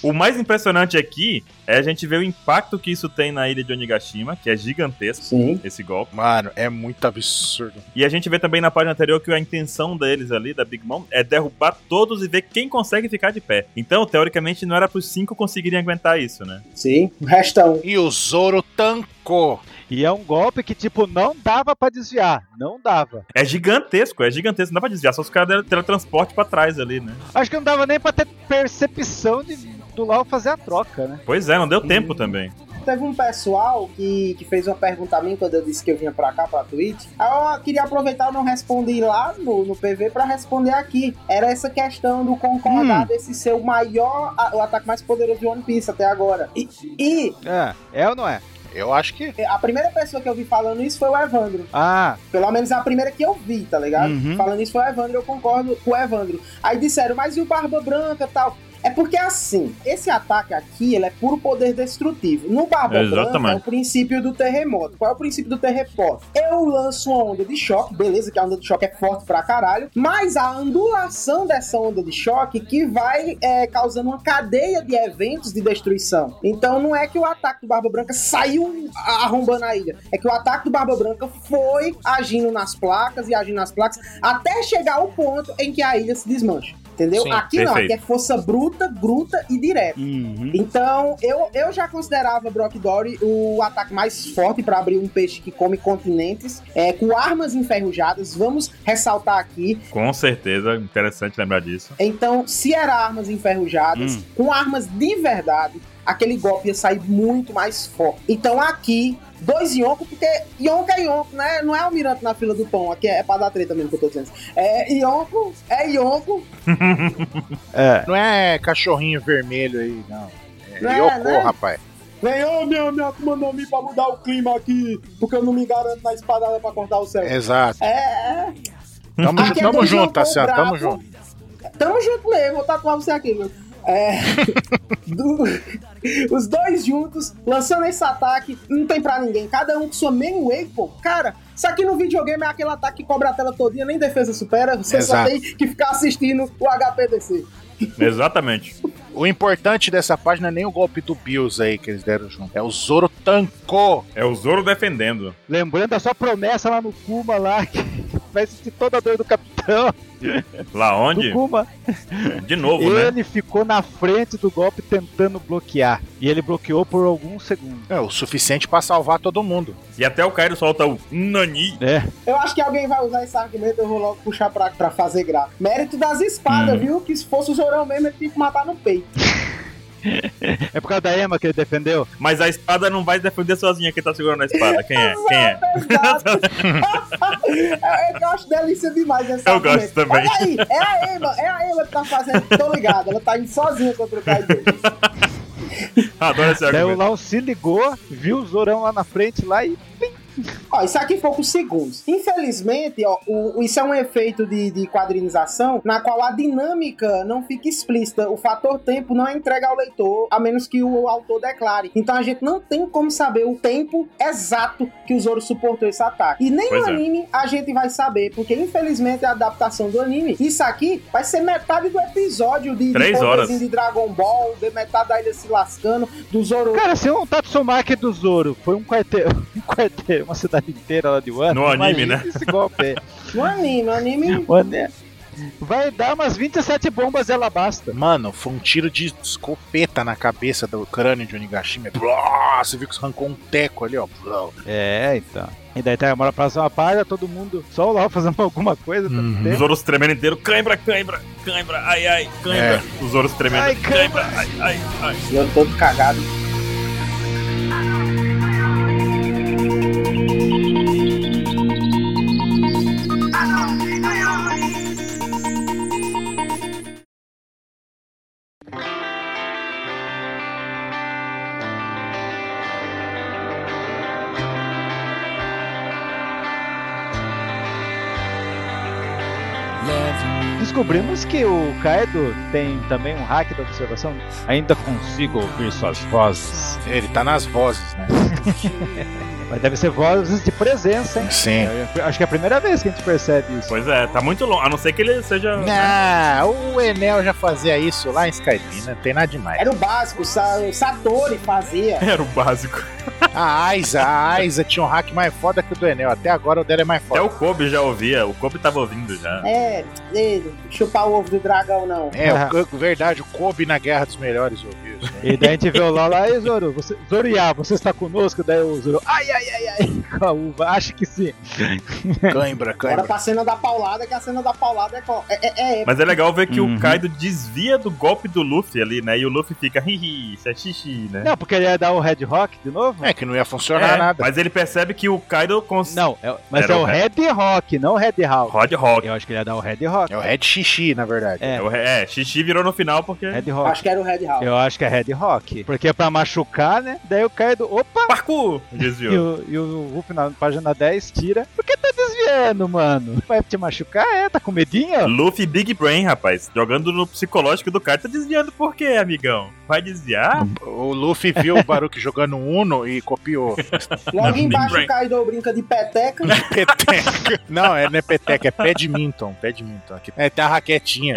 Speaker 2: O mais impressionante aqui é a gente ver o impacto que isso tem na ilha de Onigashima, que é gigantesco.
Speaker 4: Sim.
Speaker 2: Esse golpe.
Speaker 3: Mano, é muito absurdo.
Speaker 2: E a gente vê também na página anterior que a intenção deles ali, da Big Mom, é derrubar todos e ver quem consegue ficar de pé. Então, teoricamente, não era pros cinco conseguirem aguentar isso, né?
Speaker 4: Sim. O restão.
Speaker 3: E o Zoro tancou.
Speaker 1: E é um golpe que, tipo, não dava pra desviar. Não dava.
Speaker 2: É gigantesco, é gigantesco. Não dá pra desviar, só os caras deram teletransporte pra trás ali, né?
Speaker 1: Acho que não dava nem pra ter percepção de, do Lau fazer a troca, né?
Speaker 2: Pois é, não deu tempo também.
Speaker 4: Teve um pessoal que, que fez uma pergunta a mim quando eu disse que eu vinha pra cá, pra Twitch. Aí eu queria aproveitar e não responder lá no, no PV pra responder aqui. Era essa questão do concordar desse ser o maior, a- o ataque mais poderoso de One Piece até agora. E, e
Speaker 1: É, é ou não é?
Speaker 3: Eu acho que.
Speaker 4: a primeira pessoa que eu vi falando isso foi o Evandro.
Speaker 1: Ah,
Speaker 4: Pelo menos a primeira que eu vi, tá ligado?
Speaker 1: Uhum.
Speaker 4: Falando isso foi o Evandro, eu concordo com o Evandro. Aí disseram, mas e o Barba Branca e tal? É porque assim, esse ataque aqui, ele é puro poder destrutivo. No Barba Branca,
Speaker 2: Exatamente.
Speaker 4: é o princípio do terremoto. Qual é o princípio do terremoto? Eu lanço uma onda de choque, beleza, que a onda de choque é forte pra caralho, mas a ondulação dessa onda de choque que vai é, causando uma cadeia de eventos de destruição. Então não é que o ataque do Barba Branca saiu arrombando a ilha, é que o ataque do Barba Branca foi agindo nas placas e agindo nas placas até chegar ao ponto em que a ilha se desmancha. Entendeu?
Speaker 3: Sim,
Speaker 4: aqui não,
Speaker 2: perfeito.
Speaker 4: aqui é força bruta, bruta e direta.
Speaker 6: Uhum.
Speaker 4: Então, eu, eu já considerava Brock Dory o ataque mais forte para abrir um peixe que come continentes, é, com armas enferrujadas, vamos ressaltar aqui.
Speaker 2: Com certeza, interessante lembrar disso.
Speaker 4: Então, se era armas enferrujadas,
Speaker 6: Hum.
Speaker 4: com armas de verdade, aquele golpe ia sair muito mais forte. Então, aqui, dois Yonko, porque Yonko é Yonko, né? Não é almirante na fila do pão, aqui é, é pra dar treta mesmo que eu tô dizendo. É Yonko, é Yonko,
Speaker 1: É.
Speaker 3: Não é cachorrinho vermelho aí, não. É
Speaker 4: Não é,
Speaker 3: Yoko,
Speaker 4: né?
Speaker 3: rapaz.
Speaker 4: Vem, ô meu, minha turma não me pra mudar o clima aqui, porque eu não me garanto na espadada pra cortar o céu.
Speaker 3: Exato.
Speaker 4: É,
Speaker 3: Tamo,
Speaker 4: Aqui é
Speaker 3: tamo
Speaker 4: dois
Speaker 3: junto,
Speaker 4: Yoko
Speaker 3: Tassiano. Tamo
Speaker 4: brabo.
Speaker 3: junto.
Speaker 4: tamo junto mesmo, vou tatuar você aqui, meu.
Speaker 3: <laughs>
Speaker 4: É, do- os dois juntos, lançando esse ataque, não tem pra ninguém, cada um com sua main wave, pô. Cara, isso aqui no videogame é aquele ataque que cobra a tela todinha, nem defesa supera, você
Speaker 3: Exato.
Speaker 4: só tem que ficar assistindo o HPDC.
Speaker 2: Exatamente.
Speaker 3: O importante dessa página é nem o golpe do Bills aí que eles deram junto. É o Zoro tancou.
Speaker 2: É o Zoro defendendo.
Speaker 1: Lembrando a sua promessa lá no Kuma lá, que <laughs> vai sentir toda a dor do capitão
Speaker 2: Lá onde?
Speaker 1: do Kuma.
Speaker 2: De novo, né?
Speaker 1: Ele ficou na frente do golpe tentando bloquear. E ele bloqueou por alguns segundos.
Speaker 3: É o suficiente pra salvar todo mundo.
Speaker 2: E até o Cairo solta o Nani.
Speaker 1: É.
Speaker 4: Eu acho que alguém vai usar esse argumento, eu vou logo puxar pra, pra fazer graça. Mérito das espadas,
Speaker 2: Hum.
Speaker 4: viu? Que se fosse o Zorão mesmo, ele tinha que matar no peito.
Speaker 1: É por causa da Ema que ele defendeu?
Speaker 2: Mas a espada não vai defender sozinha quem tá segurando a espada. Quem é? Quem <laughs> é?
Speaker 4: Exato. <laughs> eu, eu acho delícia demais essa
Speaker 2: Eu gosto também.
Speaker 4: Olha aí, é a Ema, é a Ema que tá fazendo, tô ligado, ela tá indo sozinha contra o Kai Davis.
Speaker 2: Adoro esse
Speaker 1: Daí o
Speaker 2: argumento.
Speaker 1: Lau se ligou, viu o Zorão lá na frente lá e.
Speaker 4: Ó, isso aqui ficou com segundos. Infelizmente, ó, o- o- isso é um efeito de, de quadrinização na qual a dinâmica não fica explícita. O fator tempo não é entregue ao leitor, a menos que o autor declare. Então a gente não tem como saber o tempo exato que o Zoro suportou esse ataque. E nem
Speaker 2: Pois
Speaker 4: no
Speaker 2: é.
Speaker 4: anime a gente vai saber, porque infelizmente a adaptação do anime, isso aqui vai ser metade do episódio de, de
Speaker 2: Três horas.
Speaker 4: poderzinho de Dragon Ball, de metade da ilha se lascando, do Zoro
Speaker 1: Cara, se um Tatsumaki do Zoro foi um quarteiro, <laughs> um quarteiro, uma cidade inteira lá de Wano.
Speaker 2: No anime,
Speaker 1: imagina
Speaker 2: né? é.
Speaker 1: Esse golpe
Speaker 2: <laughs>
Speaker 1: aí.
Speaker 4: no anime. No anime
Speaker 1: Mané. Vai dar umas 27 bombas e ela basta.
Speaker 3: Mano, foi um tiro de escopeta na cabeça do crânio de Onigashima. É, Blá, Você viu que arrancou um teco ali, ó. Blá.
Speaker 1: É, então. E daí tá uma próxima página, todo mundo só o Lau <laughs> fazendo alguma coisa. tá tanto
Speaker 3: Uhum.
Speaker 2: Os
Speaker 1: tempo.
Speaker 2: Zoros tremendo inteiro. Cãibra, cãibra, cãibra. Ai, ai, cãibra. Os Zoros tremendo.
Speaker 1: Ai,
Speaker 2: cãibra. É. Ai, ai, ai.
Speaker 4: Eu todo cagado.
Speaker 1: Descobrimos que o Kaido tem também um hack da observação. Ainda consigo ouvir suas vozes.
Speaker 3: Ele tá nas vozes, né?
Speaker 1: Mas deve ser vozes de presença, hein?
Speaker 3: Sim.
Speaker 1: Eu Acho que é a primeira vez que a gente percebe isso.
Speaker 2: Pois é, tá muito longo. A não ser que ele seja. né?
Speaker 3: Não, Ah, o Enel já fazia isso lá em Skyrim, né? Não tem nada demais.
Speaker 4: Era o básico, o Sa- o Satori fazia.
Speaker 2: <laughs> Era o básico.
Speaker 3: Ah, A Aiza, a Aiza tinha um hack mais foda que o do Enel. Até agora o dela é mais
Speaker 2: Até
Speaker 3: foda.
Speaker 2: o Kobe já ouvia. O Kobe tava ouvindo já.
Speaker 4: É, ele, chupar o ovo do dragão, não.
Speaker 3: É, o, verdade, o Kobe na Guerra dos Melhores ouviu isso.
Speaker 1: E daí a gente vê o Lau lá, e Zoro, você, Zoro Yá, você está conosco? Daí o Zoro, ai, ai, ai, ai, <laughs> com a uva, acho que sim.
Speaker 3: né? Cãibra,
Speaker 4: Bora
Speaker 3: cãibra.
Speaker 4: pra cena da paulada, que a cena da paulada é. co- é, é, é,
Speaker 2: Mas é legal ver que
Speaker 6: Uhum.
Speaker 2: o Kaido desvia do golpe do Luffy ali, né? E o Luffy fica, hihi, isso é xixi, né?
Speaker 1: Não, porque ele ia dar o Red Rock de novo?
Speaker 3: É que não ia funcionar
Speaker 2: É,
Speaker 3: nada.
Speaker 2: Mas ele percebe que o Kaido consegue.
Speaker 1: Não, é- mas
Speaker 2: Era
Speaker 1: é
Speaker 2: o
Speaker 1: o Red Rock, não o Red Hawk.
Speaker 2: Rod Rock.
Speaker 1: Eu acho que ele ia dar o Red Rock.
Speaker 3: É o Red Xixi, na verdade.
Speaker 1: É,
Speaker 2: É, o- é, xixi virou no final porque.
Speaker 1: Red
Speaker 4: eu
Speaker 1: Rock.
Speaker 4: Acho que era o Red Hall.
Speaker 1: Eu acho que é Red Rock. Porque é pra machucar, né? Daí o Kaido, opa!
Speaker 2: Parkour!
Speaker 1: E
Speaker 2: Desviou.
Speaker 1: o, e o Ruff na página 10 tira. Por que tá desviando? pequeno, mano. Vai te machucar? É, tá com medinho?
Speaker 2: Luffy Big Brain, rapaz. Jogando no psicológico do cara. Tá desviando por quê, amigão? Vai desviar?
Speaker 3: O Luffy viu o Baruch jogando Uno e copiou.
Speaker 4: Logo
Speaker 2: Não,
Speaker 4: embaixo
Speaker 2: ninguém-
Speaker 4: o Kaido brinca
Speaker 3: <laughs>
Speaker 4: de peteca.
Speaker 3: peteca. <laughs> Não, é, não é peteca, é badminton. Badminton. Aqui. É, tá a raquetinha.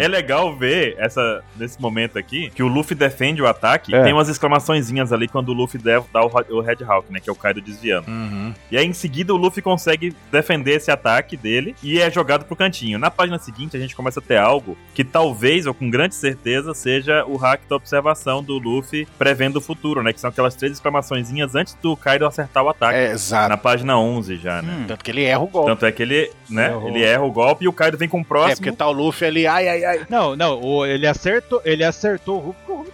Speaker 2: <laughs> É legal ver essa, nesse momento aqui que o Luffy defende o ataque.
Speaker 1: É.
Speaker 2: Tem umas exclamaçõezinhas ali quando o Luffy deve dar o, Ro- o Red Hawk, né? Que é o Kaido desviando.
Speaker 3: Uhum.
Speaker 2: E aí em seguida o Luffy consegue defender esse ataque dele e é jogado pro cantinho. Na página seguinte a gente começa a ter algo que talvez, ou com grande certeza, seja o hack da observação do Luffy prevendo o futuro, né? Que são aquelas três exclamaçõezinhas antes do Kaido acertar o ataque.
Speaker 3: É, exato.
Speaker 2: Na página 11 já, né?
Speaker 1: Hum.
Speaker 3: Tanto que ele erra o golpe.
Speaker 2: Tanto é que ele, né,
Speaker 1: Errou.
Speaker 2: ele erra o golpe e o Kaido vem com o
Speaker 3: É,
Speaker 2: próximo.
Speaker 3: porque tá o Luffy ali, ai, ai, ai.
Speaker 1: Não, não, o- ele acertou, ele acertou o Hulk, o Hulk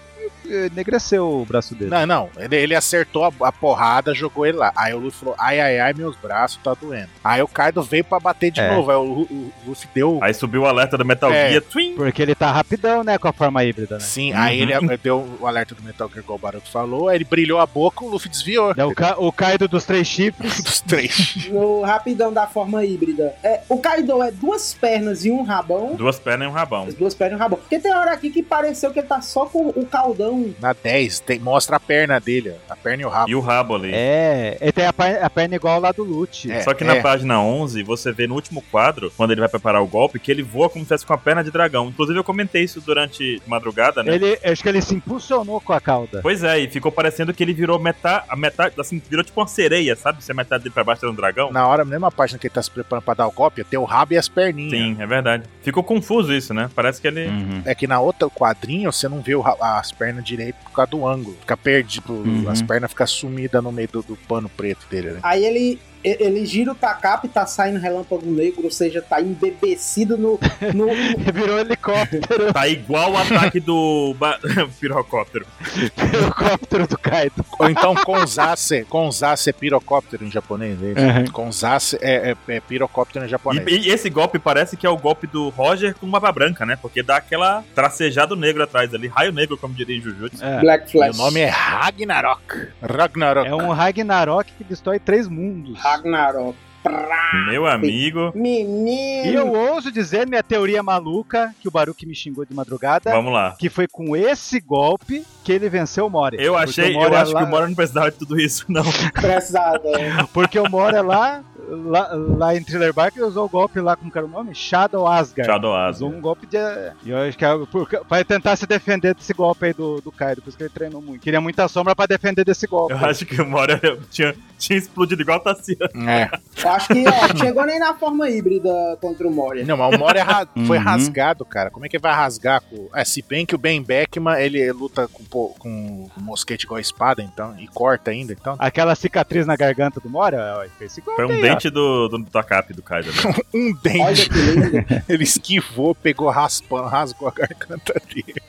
Speaker 1: eh, enegreceu o braço dele.
Speaker 3: Não, não. Ele, ele acertou a, a porrada, jogou ele lá. Aí o Luffy falou, ai, ai, ai, meus braços tá doendo. Aí o Kaido veio pra bater de
Speaker 1: É.
Speaker 3: novo. Aí o, Lu- o Luffy deu.
Speaker 2: Aí né? subiu o alerta do Metal
Speaker 3: É.
Speaker 2: Gear. Twin!
Speaker 1: Porque ele tá rapidão, né, com a forma híbrida, né?
Speaker 3: Sim,
Speaker 2: Uhum.
Speaker 3: aí ele a- deu o alerta do Metal Gear, igual o Baruch falou. Aí ele brilhou a boca, o Luffy desviou.
Speaker 1: É, O, Ca- o Kaido <laughs> dos três chifres.
Speaker 2: <laughs>
Speaker 3: Dos três.
Speaker 4: No rapidão da forma híbrida. É, o Kaido é duas pernas e um rabão.
Speaker 2: Duas pernas e um rabão.
Speaker 4: As
Speaker 3: É.
Speaker 4: duas pernas e um rabão. Porque tem hora aqui que pareceu que ele tá só com o caldão.
Speaker 3: Na 10, tem- mostra a perna dele, ó. a perna e o rabo.
Speaker 2: E o rabo ali.
Speaker 1: É, ele tem a, par- a perna igual lá do Lute.
Speaker 3: É,
Speaker 2: Só que
Speaker 3: é.
Speaker 2: na página 11, você vê no último quadro, quando ele vai preparar o golpe, que ele voa como se fosse com a perna de dragão. Inclusive, eu comentei isso durante madrugada, né?
Speaker 1: Ele, acho que ele se impulsionou com a cauda.
Speaker 2: Pois é, e ficou parecendo que ele virou metade, a metade, assim, virou tipo uma sereia, sabe? Se a metade dele pra baixo era um dragão.
Speaker 3: Na hora, mesma página que ele tá se preparando pra dar o golpe, tem o rabo e as perninhas.
Speaker 2: Sim, é verdade. Ficou confuso isso, né? Parece que ele.
Speaker 3: É que na outra quadrinho você não vê o ra- as pernas direito por causa do ângulo. Fica perdido,
Speaker 2: Uhum.
Speaker 3: as pernas ficam sumidas no meio do, do pano preto dele, né?
Speaker 4: Aí ele, e- ele gira o tacap e tá saindo relâmpago negro, ou seja, tá embebecido no. no
Speaker 3: <laughs>
Speaker 1: Ele virou um helicóptero, <laughs>
Speaker 2: Tá igual o ataque do ba... <laughs> pirocóptero.
Speaker 1: o helicóptero do Kaido.
Speaker 3: Ou então Konzase, <laughs> Konzase é pirocóptero em japonês. É isso?
Speaker 1: Uhum.
Speaker 3: Konzase é, é- é pirocóptero em japonês.
Speaker 2: E, e esse golpe parece que é o golpe do Roger com uma branca, né? Porque dá aquela tracejado negro atrás ali, raio negro, como diria em Jujutsu.
Speaker 1: É.
Speaker 3: Meu
Speaker 4: Black Flash.
Speaker 3: nome é Ragnarok. Ragnarok.
Speaker 1: É um Ragnarok que destrói três mundos.
Speaker 4: Ragnarok. Prá.
Speaker 3: Ah,
Speaker 2: Meu amigo.
Speaker 1: E
Speaker 4: Menino.
Speaker 1: eu ouso dizer minha teoria maluca, que o Baruque me xingou de madrugada,
Speaker 2: Vamos lá.
Speaker 1: que foi com esse golpe que ele venceu o Mori.
Speaker 2: Eu
Speaker 1: Porque
Speaker 2: achei,
Speaker 1: o Mori
Speaker 2: eu
Speaker 1: é
Speaker 2: acho
Speaker 1: lá-
Speaker 2: que o Mora não precisava de tudo isso, não.
Speaker 4: Precisado. é.
Speaker 1: Porque o Mora lá, lá, lá em Thriller Bark, ele usou o golpe lá, como que era o nome? Shadow Asgard.
Speaker 2: Shadow
Speaker 1: Usou
Speaker 2: Asgard.
Speaker 1: um golpe de. E eu acho que é por- vai tentar se defender desse golpe aí do, do Kaido, por isso que ele treinou muito. Queria muita sombra pra defender desse golpe.
Speaker 2: Eu acho que o Mora <laughs> tinha, tinha explodido igual a Tassiano.
Speaker 3: É.
Speaker 4: Eu acho que ó, chegou nem na forma híbrida contra o Moria.
Speaker 3: Não, mas o Mori é ra- foi
Speaker 1: Uhum.
Speaker 3: rasgado, cara. Como é que vai rasgar com. É, se bem que o Ben Beckman ele luta com, po- com um mosquete igual a espada, então, e corta ainda, então.
Speaker 1: Aquela cicatriz na garganta do Mora, ó, fez esse golpe.
Speaker 2: Foi um
Speaker 1: aí, ó.
Speaker 2: dente do, do, do Acap do Kaido. Né?
Speaker 3: Um dente.
Speaker 4: Olha que lindo.
Speaker 3: Ele esquivou, pegou raspando, rasgou a garganta dele.
Speaker 2: <laughs>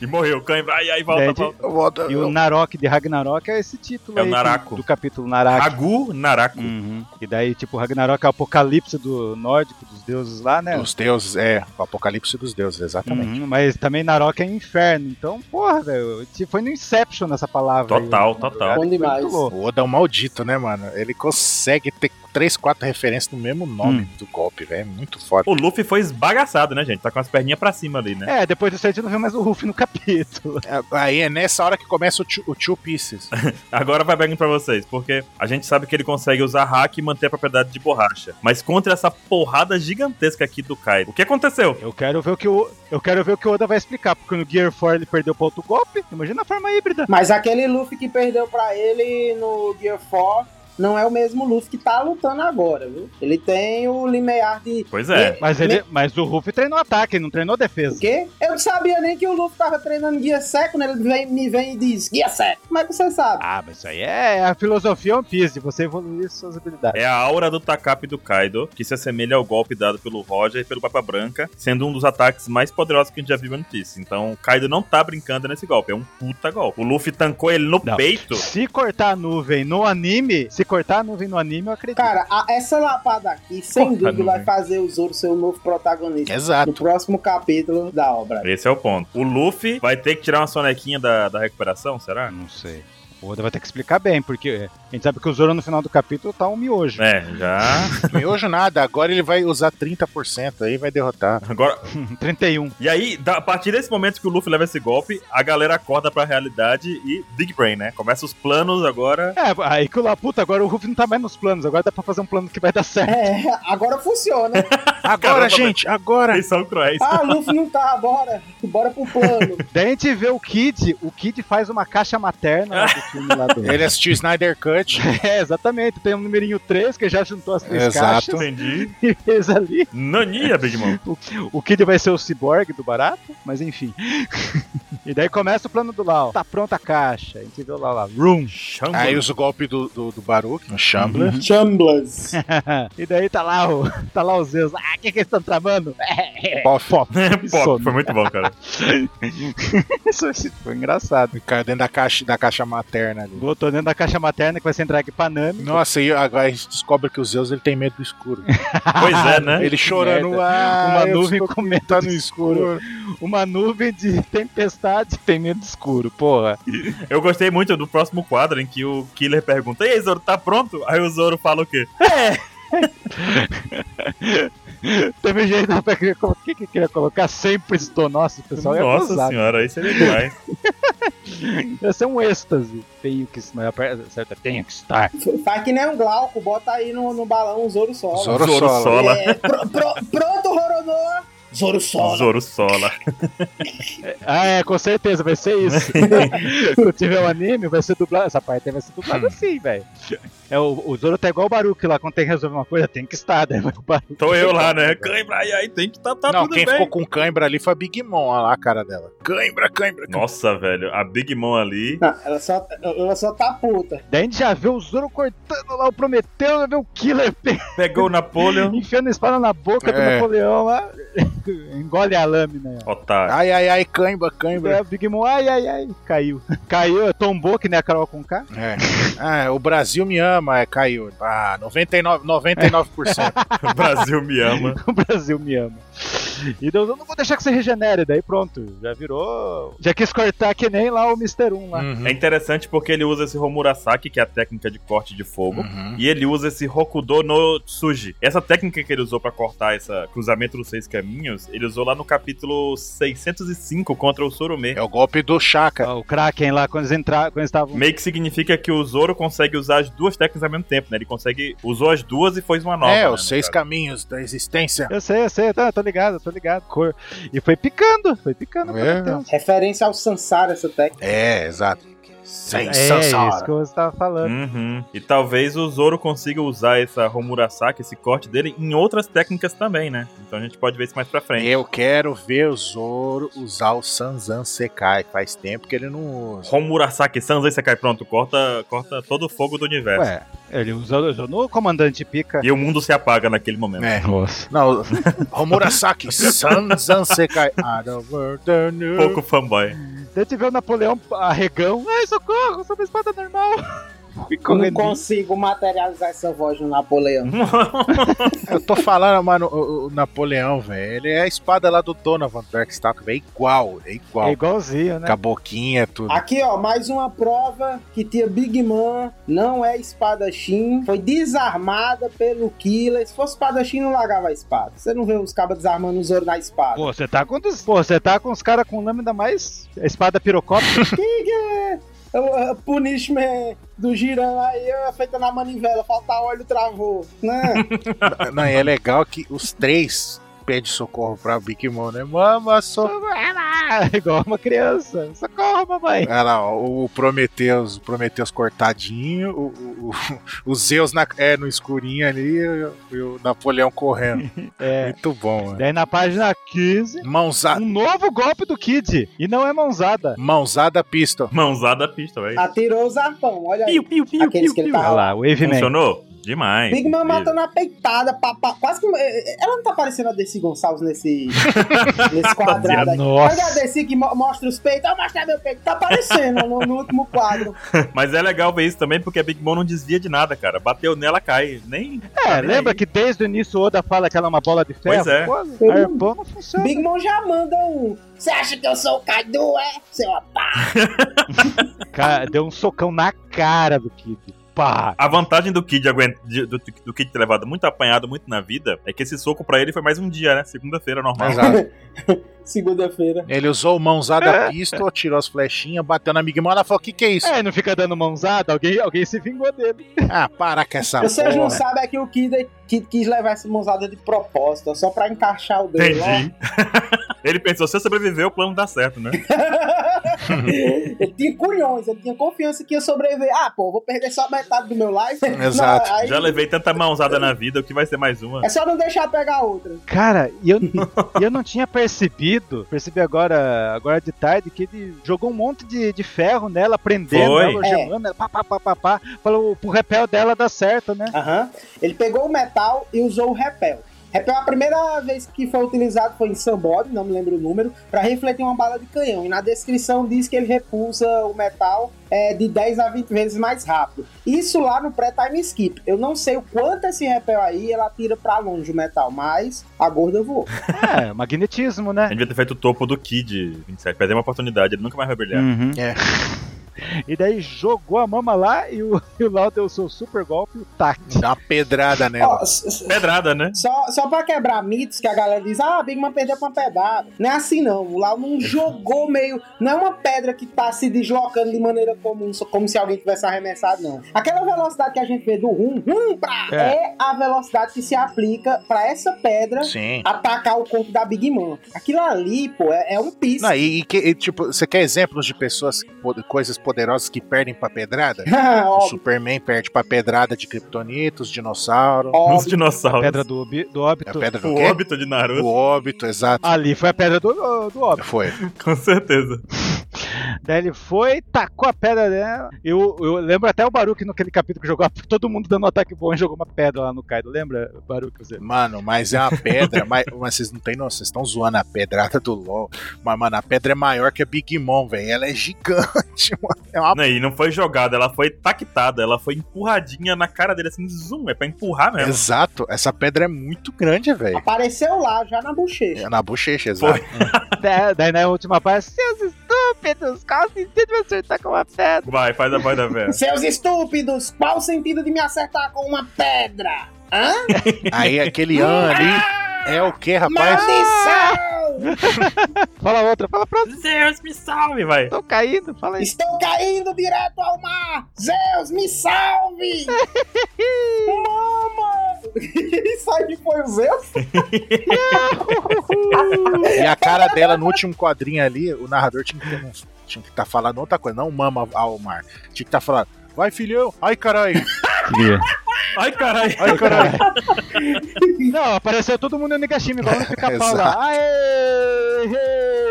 Speaker 2: E morreu. O Kaido, ai, ai, volta,
Speaker 1: Dente.
Speaker 2: volta.
Speaker 3: Eu volto-
Speaker 1: E o
Speaker 3: eu-
Speaker 1: Narok de Ragnarok é esse título
Speaker 2: É o
Speaker 1: aí que-
Speaker 2: Naraku.
Speaker 1: do capítulo Naraki.
Speaker 2: Agu Naraku.
Speaker 1: E daí, tipo, Ragnarok é o apocalipse do nórdico, dos deuses lá, né?
Speaker 3: Dos deuses, é. O apocalipse dos deuses, exatamente.
Speaker 1: Uhum, mas também Narok é inferno. Então, porra, velho. tipo, Foi no Inception essa palavra. aí,
Speaker 2: Total,
Speaker 1: né?
Speaker 2: total.
Speaker 4: Bom demais.
Speaker 1: Muito louco.
Speaker 3: O Oda é um maldito, né, mano? Ele consegue ter três, quatro referências no mesmo nome do golpe, velho. É Muito foda.
Speaker 2: O Luffy foi esbagaçado, né, gente? Tá com as perninhas pra cima ali, né?
Speaker 1: É, depois disso a gente não viu mais o Ruff no capítulo.
Speaker 3: Aí é nessa hora que começa o Two, o two Pieces.
Speaker 2: Agora vai bem pra vocês, porque a gente sabe que ele consegue usar hack e manter a propriedade de borracha. Mas contra essa porrada gigantesca aqui do Kaido, o que aconteceu?
Speaker 1: Eu quero ver o que o, eu quero ver o que o Oda vai explicar, porque no Gear 4 ele perdeu pra outro golpe. Imagina a forma híbrida.
Speaker 4: Mas aquele Luffy que perdeu pra ele no Gear 4 não é o mesmo Luffy que tá lutando agora, viu? Ele tem o limiar de.
Speaker 2: Pois é.
Speaker 1: Mas ele, mas o Ruff treinou ataque, ele não treinou
Speaker 4: O
Speaker 1: defesa.
Speaker 4: quê? Eu não sabia nem que o Luffy tava treinando Guia Seco, né? Ele vem, me vem e diz: Guia Seco. Como é que você sabe?
Speaker 1: Ah, mas isso aí é a filosofia One Piece, de você evoluir suas habilidades.
Speaker 2: É a aura do Takap do Kaido, que se assemelha ao golpe dado pelo Roger e pelo Papa Branca, sendo um dos ataques mais poderosos que a gente já viu em One Piece. Então, o Kaido não tá brincando nesse golpe, é um puta golpe. O Luffy tancou ele no
Speaker 1: Não.
Speaker 2: peito.
Speaker 1: Se cortar a nuvem no anime, se cortar a nuvem no anime, eu acredito.
Speaker 4: Cara, a- essa lapada aqui, sem
Speaker 2: Porra,
Speaker 4: dúvida,
Speaker 2: não
Speaker 4: vai
Speaker 2: vem.
Speaker 4: fazer o Zoro ser o novo protagonista
Speaker 3: Exato.
Speaker 4: do próximo capítulo da obra.
Speaker 2: Esse é o ponto. O Luffy vai ter que tirar uma sonequinha da, da recuperação, será?
Speaker 1: não sei. O Oda vai ter que explicar bem, porque a gente sabe que o Zoro no final do capítulo tá um miojo.
Speaker 2: É, já.
Speaker 3: Miojo nada, agora ele vai usar 30% aí e vai derrotar.
Speaker 2: Agora,
Speaker 1: 31.
Speaker 2: e aí, da- a partir desse momento que o Luffy leva esse golpe, a galera acorda pra realidade e Big Brain, né? Começa os planos agora.
Speaker 1: É, aí que o Laputa, agora o Ruff não tá mais nos planos, agora dá pra fazer um plano que vai dar
Speaker 4: <laughs>
Speaker 1: certo.
Speaker 4: É, agora funciona.
Speaker 3: Agora,
Speaker 2: Caramba, <laughs>
Speaker 3: gente, agora!
Speaker 2: Eles são cruéis.
Speaker 4: Ah, Luffy não tá, bora. Bora pro plano.
Speaker 1: Daí a gente vê o Kid, o Kid faz uma caixa materna do filme lá
Speaker 3: <laughs>
Speaker 1: do...
Speaker 3: Ele assistiu Snyder Cut.
Speaker 1: <laughs> É, exatamente, tem um numerinho 3 que já juntou as três
Speaker 3: Exato.
Speaker 1: caixas
Speaker 2: Entendi.
Speaker 1: e <laughs> fez ali.
Speaker 2: Nania, Big Mom.
Speaker 1: O Kid vai ser o cyborg do barato, mas enfim. <laughs> e daí começa o plano do Lau. Tá pronta a caixa. A gente vê o Lau lá. né? Room.
Speaker 2: Xambu.
Speaker 3: Aí usa o golpe do, do, do Baruch, no Shambler.
Speaker 4: Chamblas.
Speaker 1: e daí tá lá o, <laughs> tá lá o Zeus. Ah, o que, que eles estão tramando? <laughs> É,
Speaker 3: Pop.
Speaker 2: <laughs> Pop, foi muito bom, cara.
Speaker 1: Isso foi engraçado.
Speaker 3: E caiu dentro da caixa, da caixa materna ali.
Speaker 1: Botou dentro da caixa materna que vai ser entregue pra Nami.
Speaker 3: Nossa, e agora a gente descobre que o Zeus ele tem medo
Speaker 2: <laughs>
Speaker 3: do escuro.
Speaker 2: Pois é,
Speaker 3: <laughs>
Speaker 2: né?
Speaker 3: Ele chorando, ah,
Speaker 1: Uma
Speaker 3: eu
Speaker 1: nuvem
Speaker 3: estou-
Speaker 1: com medo
Speaker 3: tá
Speaker 1: do
Speaker 3: no escuro.
Speaker 1: Uma nuvem de <laughs> tempestade tem medo escuro, porra. <laughs>
Speaker 2: Eu gostei muito do próximo quadro em que o Killer pergunta: E aí, Zoro, tá pronto? Aí o Zoro fala o quê?
Speaker 1: Teve gente lá pra querer colocar. O que que queria colocar? Sempre estou. Nossa, o pessoal ia
Speaker 2: Nossa
Speaker 1: gozar. né?
Speaker 2: senhora, isso é demais.
Speaker 1: Ia ser um êxtase. Tenho que estar. Certo, é tenho que estar.
Speaker 4: Faz que nem um Glauco, bota aí no, no balão o Zoro Sola.
Speaker 3: <laughs> Zoro
Speaker 2: Zoro
Speaker 3: Sola.
Speaker 2: Sola.
Speaker 4: É, pro- pro- pronto, Roronoa. Zoro Sola.
Speaker 2: Zoro Sola.
Speaker 1: Ah, é, com certeza, vai ser <laughs> isso. Quando tiver o anime, vai ser dublado. Essa parte aí vai ser dublada assim, velho. É, o, o Zoro tá igual o Baruque lá, quando tem que resolver uma coisa, tem que estar, né? Vai pro Baruque.
Speaker 2: Tô eu lá, né? Cãibra, aí, aí tem que tá, tá
Speaker 3: Não,
Speaker 2: tudo
Speaker 3: quem
Speaker 2: bem.
Speaker 3: ficou com cãibra ali foi a Big Mom, olha lá a cara dela. Cãibra, cãibra. cãibra.
Speaker 2: Nossa, velho, a Big Mom ali.
Speaker 4: Não, ela só, ela só tá puta.
Speaker 1: Daí a gente já vê o Zoro cortando lá o Prometeu, já vê o Killer pe- <laughs>
Speaker 2: Pegou o Napoleon.
Speaker 1: enfiando a espada na boca do
Speaker 3: É.
Speaker 1: Napoleão lá. <laughs> Engole a lâmina.
Speaker 2: Otário. <laughs>
Speaker 3: Ai, ai, ai, cãibra,
Speaker 1: Daí
Speaker 3: cãibra.
Speaker 1: o Big Mom, ai, ai, ai, caiu. Caiu, tombou que nem a Carol com K.
Speaker 3: É. Ah, o Brasil me ama, é, caiu. Ah,
Speaker 2: <laughs>
Speaker 3: 99, 99%.
Speaker 2: O Brasil me ama.
Speaker 1: <laughs> O Brasil me ama. E Deus, eu não vou deixar que você regenere. Daí pronto, já virou. Já quis cortar que nem lá o Mr. 1 lá.
Speaker 2: É interessante porque ele usa esse Homurasaki, que é a técnica de corte de fogo.
Speaker 3: Uhum.
Speaker 2: E ele usa esse Hokudo no Tsuji. Essa técnica que ele usou pra cortar esse cruzamento dos seis caminhos, ele usou lá no capítulo 605 contra o Surume.
Speaker 3: É o golpe do Chaka.
Speaker 1: Ah, O Kraken lá, quando eles entraram, quando eles estavam.
Speaker 2: Meio que significa que o Zoro consegue usar as duas técnicas ao mesmo tempo, né? Ele consegue. Usou as duas e fez uma nova.
Speaker 3: é,
Speaker 2: né,
Speaker 3: os
Speaker 2: no
Speaker 3: seis
Speaker 2: caso.
Speaker 3: caminhos da existência.
Speaker 1: Eu sei, eu sei, eu tô, eu tô ligado, eu tô ligado. Cor. E foi picando, foi picando. um-
Speaker 3: É.
Speaker 1: pelo tempo.
Speaker 4: Referência ao Sansara, essa técnica.
Speaker 3: É, exato. Sem
Speaker 1: é isso
Speaker 3: Sansara.
Speaker 1: que você tava falando.
Speaker 2: Uhum. E talvez o Zoro consiga usar essa Homurasaki, esse corte dele, em outras técnicas também, né? Então a gente pode ver isso mais pra frente.
Speaker 3: Eu quero ver o Zoro usar o Sanzan Sekai. Faz tempo que ele não usa.
Speaker 2: Homurasaki Sans, aí você cai pronto, corta, corta todo o fogo do universo.
Speaker 1: Ué, ele usou, usou no comandante pica.
Speaker 2: E o mundo se apaga naquele momento.
Speaker 3: É.
Speaker 1: Nossa.
Speaker 3: Não, <laughs> Homurasaki, Sanzan Sekai. I don't want the new-
Speaker 2: Pouco fanboy.
Speaker 1: Daí tive o Napoleão arregão. Ai, socorro, sou uma espada normal. Ficou
Speaker 4: Não
Speaker 1: rendido.
Speaker 4: consigo materializar essa voz do Napoleão.
Speaker 3: Eu tô falando, mano, o, o Napoleão, velho. Ele é a espada lá do Donovan Darkstalk, velho. É igual, é igual.
Speaker 1: É igualzinho, né?
Speaker 3: Caboquinha, tudo.
Speaker 4: Aqui, ó, mais uma prova que tia Big Man não é espadachim. Foi desarmada pelo Killer. Se fosse espadachim, não largava a espada. Você não vê os cabas desarmando o Zoro na espada.
Speaker 1: Pô, você tá com dos- Pô, você tá com os caras com lâmina mais. Espada pirocóptera.
Speaker 4: Que que é? O, o punishment do girão aí é feita na manivela, falta óleo, travou.
Speaker 2: <laughs>
Speaker 4: Né?
Speaker 3: Não, e é legal que os três pedem socorro pra Big Mom, né? Mama, socorro.
Speaker 1: Ah, Igual uma criança. Socorro, mamãe.
Speaker 3: Olha lá, ó, o Prometheus, o Prometheus cortadinho, o, o, <laughs> o- o Zeus na- é, no escurinho ali e o- e o Napoleão correndo.
Speaker 1: É.
Speaker 3: Muito bom, mano.
Speaker 1: Daí na página 15,
Speaker 2: Ah.
Speaker 3: Mãozada,
Speaker 1: um novo golpe do Kid. E não é mãozada.
Speaker 3: mãozada pistol.
Speaker 2: Mãozada à pista, velho.
Speaker 4: Atirou o zarpão, olha aí.
Speaker 2: Piu, piu, piu,
Speaker 4: Aqueles
Speaker 2: piu,
Speaker 4: que ele
Speaker 2: piu.
Speaker 4: tá-
Speaker 1: Olha lá, Wave Man.
Speaker 2: Funcionou? Demais.
Speaker 4: Big Man
Speaker 2: incrível.
Speaker 4: matando a peitada, pá, pá, quase que. eh, Ela não tá parecendo a Desi Gonçalves
Speaker 3: <laughs>
Speaker 4: nesse, nesse quadrado aí.
Speaker 1: Nossa.
Speaker 4: Olha a Desi que mo- mostra os peitos, ah, mostra meu peito, tá parecendo no, no último
Speaker 3: <laughs>
Speaker 4: quadro.
Speaker 2: Mas é legal ver isso também, porque a Big Mom não desvia de nada, cara. Bateu nela, cai. Nem.
Speaker 1: É,
Speaker 2: nem
Speaker 1: lembra
Speaker 2: aí.
Speaker 1: que desde o início o Oda fala que ela é uma bola de ferro?
Speaker 2: Pois é.
Speaker 1: Pô,
Speaker 4: Ele-
Speaker 1: Arbon não funciona.
Speaker 4: Big Mom já manda um. Você acha que eu sou o Kaido, é? Seu otário.
Speaker 1: Cara, deu um socão na cara do Kid. Pá!
Speaker 2: A vantagem do Kid, aguent- de- do, do Kid ter levado muito apanhado, muito na vida, é que esse soco pra ele foi mais um dia, né? Segunda-feira,
Speaker 4: tá-
Speaker 2: normal.
Speaker 3: Exato.
Speaker 4: <laughs> Segunda-feira.
Speaker 3: Ele usou mãozada pistol, tirou as flechinhas, bateu na Big Mom, ela falou, que que é isso?
Speaker 1: É, não fica dando mãozada? Alguém, alguém se vingou dele.
Speaker 3: Ah, para com essa
Speaker 4: Vocês não
Speaker 3: porra.
Speaker 4: sabem é que o Kid, Kid quis levar essa mãozada de propósito, ó, só pra encaixar o dedo. ó.
Speaker 2: Entendi.
Speaker 4: É.
Speaker 2: <laughs> ele pensou, se eu sobreviver, o plano dá certo, né?
Speaker 4: <laughs> ele tinha culhões, ele tinha confiança que ia sobreviver. Ah, pô, vou perder só metade do meu life.
Speaker 3: Exato.
Speaker 4: Não, aí-
Speaker 2: Já levei tanta mãozada na vida, o que vai ser mais uma?
Speaker 4: É só não deixar pegar outra.
Speaker 1: Cara, e eu, e eu não tinha percebido, percebi agora, agora de tarde, que ele jogou um monte de, de ferro nela, prendendo
Speaker 2: Foi.
Speaker 1: ela, algemando ela, pá, pá, pá, pá, pá. Falou, pro repel dela dá certo,
Speaker 4: <laughs>
Speaker 1: né?
Speaker 4: Aham. Ele pegou o metal e usou o repel. Repel, é a primeira vez que foi utilizado foi em Sambod, não me lembro o número, para refletir uma bala de canhão. E na descrição diz que ele repulsa o metal é, de 10 a 20 vezes mais rápido. Isso lá no pré-time skip. Eu não sei o quanto esse repel aí ela tira pra longe o metal, mas a gorda voou.
Speaker 1: É, magnetismo,
Speaker 2: A
Speaker 1: né?
Speaker 2: gente devia ter feito o topo do Kid 27. Perdeu uma oportunidade, ele nunca mais vai
Speaker 4: Hum.
Speaker 2: brilhar.
Speaker 1: Uhum.
Speaker 3: É.
Speaker 1: E daí jogou a mama lá e o, e o Lau deu o seu super golpe e o tac.
Speaker 3: Dá É uma pedrada
Speaker 4: Ó,
Speaker 3: nela.
Speaker 4: s- s-
Speaker 2: Pedrada, né?
Speaker 4: Só, só pra quebrar mitos que a galera diz, ah, Big Man perdeu pra uma pedrada. Não é assim não, o Lau não jogou meio... Não é uma pedra que tá se deslocando de maneira comum, só como se alguém tivesse arremessado, não. Aquela velocidade que a gente vê do rum, rum pra,
Speaker 1: É.
Speaker 4: é. a velocidade que se aplica pra essa pedra
Speaker 3: Sim.
Speaker 4: atacar o corpo da Big Man. Aquilo ali, pô, é, é um piso.
Speaker 3: Não, e, e que- e, tipo, você quer exemplos de pessoas, po- coisas poderosas que perdem pra pedrada?
Speaker 4: <laughs>
Speaker 3: O
Speaker 4: óbvio,
Speaker 3: Superman perde pra pedrada de Kryptonita, os dinossauros.
Speaker 2: Uns
Speaker 4: óbvio.
Speaker 2: dinossauros.
Speaker 1: Pedra do, obi- do
Speaker 3: É a
Speaker 1: óbito.
Speaker 3: pedra do
Speaker 2: O
Speaker 3: quê?
Speaker 2: óbito de Naruto,
Speaker 3: O óbito, exato.
Speaker 1: Ali foi a pedra do, do óbito.
Speaker 3: Foi.
Speaker 2: com certeza.
Speaker 1: Daí ele foi, tacou a pedra nela. Eu, eu lembro até o Baruque naquele capítulo que jogou <laughs> todo mundo dando um ataque bom e jogou uma pedra lá no Kaido. Lembra, Baruque? Você?
Speaker 3: Mano, mas é uma pedra, mas, mas vocês não tem noção, vocês estão zoando a pedrada do LOL. Mas, mano, a pedra é maior que a Big Mom, velho. Ela é gigante, <laughs> mano. É uma
Speaker 2: Não, e não foi jogada, ela foi tactada, ela foi empurradinha na cara dele assim, zoom, é pra empurrar mesmo.
Speaker 3: Exato, essa pedra é muito grande, velho.
Speaker 4: Apareceu lá, já na bochecha.
Speaker 3: É na bochecha,
Speaker 2: Foi.
Speaker 3: exato.
Speaker 1: Da- <laughs> Daí na última parte, seus estúpidos, qual sentido me acertar com uma pedra?
Speaker 2: Vai, faz a voz da velha.
Speaker 4: Seus estúpidos, qual o sentido de me acertar com uma pedra? Hã?
Speaker 3: Aí aquele an ali é o que, rapaz?
Speaker 4: Maldição!
Speaker 1: Fala outra, fala pra
Speaker 2: Zeus, me salve, vai.
Speaker 1: tô caindo, fala isso.
Speaker 4: Estou caindo direto ao mar! Zeus, me salve! Mama! <laughs> Isso aí foi o Zeus?
Speaker 3: E a cara dela no último quadrinho ali, o narrador tinha que ter- um, tinha que estar falando outra coisa, não mama ao mar. Tinha que estar falando, vai filhão, ai caralho,
Speaker 2: Ai, caralho.
Speaker 3: ai caralho.
Speaker 1: <laughs> Não, apareceu todo mundo no Nigashimi, igual no pica-pau
Speaker 3: Exato.
Speaker 1: lá. Aê!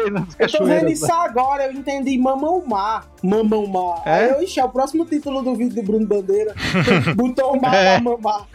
Speaker 1: Ei, nas
Speaker 4: Eu tô vendo
Speaker 1: cachoeiras.
Speaker 4: isso agora, eu entendi. Mamão mar. Mamão mar.
Speaker 1: É?
Speaker 4: Aí eu, ixi, é o próximo título do vídeo do
Speaker 1: <laughs>
Speaker 4: Bruno Bandeira. Botou o mar,
Speaker 1: É.
Speaker 4: mamão mar.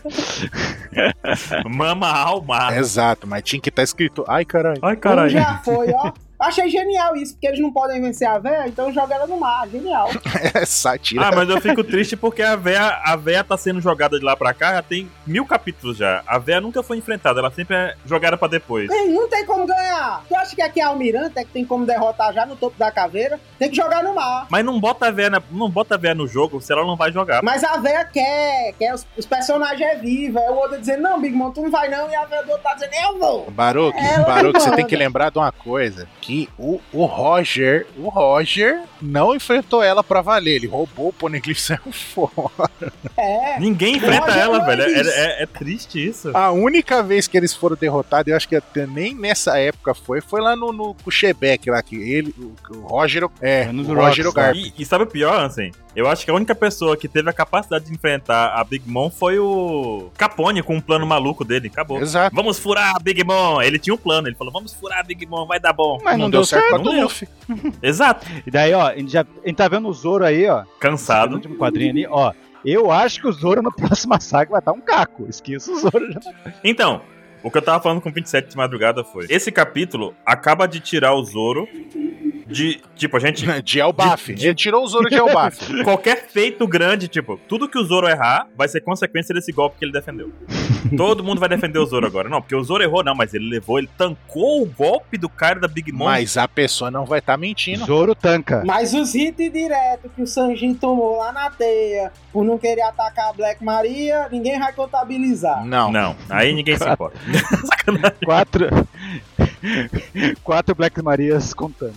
Speaker 2: Mama
Speaker 3: É.
Speaker 2: alma.
Speaker 3: Exato, mas tinha que estar escrito, ai caralho.
Speaker 2: Ai,
Speaker 4: Como
Speaker 2: caralho.
Speaker 4: já foi, ó. Achei genial isso, porque eles não podem vencer a véia, então joga ela no mar. Genial.
Speaker 3: <laughs> É satira.
Speaker 2: Ah, mas eu fico triste porque a véia, a véia tá sendo jogada de lá pra cá, já tem mil capítulos já. A véia nunca foi enfrentada, ela sempre é jogada pra depois.
Speaker 4: Ei, não tem como ganhar. Tu acha que aqui é Almirante, é que tem como derrotar já no topo da caveira? Tem que jogar no mar.
Speaker 2: Mas não bota a véia, na- não bota a véia no jogo se ela não vai jogar.
Speaker 4: Mas a véia quer, quer os, os personagens é viva. Aí o Oda dizendo, não, Big Mom, tu não vai não. E a véia do outro tá dizendo, eu vou.
Speaker 3: Baruque,
Speaker 4: Ela
Speaker 3: Baruque, você
Speaker 4: manda.
Speaker 3: tem que lembrar de uma coisa: que o, o Roger, o Roger não enfrentou ela pra valer, ele roubou o Poneglyph <laughs> e saiu fora.
Speaker 4: É.
Speaker 2: Ninguém enfrenta
Speaker 4: Roger
Speaker 2: ela, velho.
Speaker 4: Moraes.
Speaker 2: É, é- é triste isso.
Speaker 3: A única vez que eles foram derrotados, eu acho que até nem nessa época foi, foi lá no, no Kuchebeck lá, que ele, o, o Roger, é,
Speaker 1: É, nos
Speaker 3: o
Speaker 1: Rocks,
Speaker 3: Roger Ogar.
Speaker 2: E, e sabe o pior, assim? Eu acho que a única pessoa que teve a capacidade de enfrentar a Big Mom foi o Capone com um plano maluco dele. Acabou.
Speaker 3: Exato.
Speaker 2: Vamos furar a Big Mom. Ele tinha um plano. Ele falou, vamos furar a Big Mom, vai dar bom.
Speaker 1: Mas não, deu certo.
Speaker 2: certo. Não deu.
Speaker 3: Luffy.
Speaker 2: Exato.
Speaker 1: E daí, ó, a gente, já, a gente tá vendo o Zoro aí, ó. no
Speaker 2: Cansado.
Speaker 1: último quadrinho ali, ó. Eu acho que o Zoro no <laughs> próximo saga vai estar um caco. Esqueça o Zoro já. tá-
Speaker 2: Então, o que eu tava falando com o 27 de madrugada foi: esse capítulo acaba de tirar o Zoro de. Tipo, a gente.
Speaker 3: De Elbaf. Ele tirou o Zoro de Elbaf.
Speaker 2: Qualquer feito grande, tipo, tudo que o Zoro errar vai ser consequência desse golpe que ele defendeu. Todo mundo vai defender o Zoro agora. Não, porque o Zoro errou, não, mas ele levou, ele tancou o golpe do cara da Big Mom.
Speaker 3: Mas a pessoa não vai estar mentindo.
Speaker 1: Zoro tanca.
Speaker 4: Mas os hits direto que o Sanji tomou lá na teia por não querer atacar a Black Maria, ninguém vai contabilizar.
Speaker 3: Não.
Speaker 2: Não, aí ninguém se
Speaker 3: <laughs>
Speaker 2: importa.
Speaker 1: Quatro. <laughs> Quatro Black Marias contando.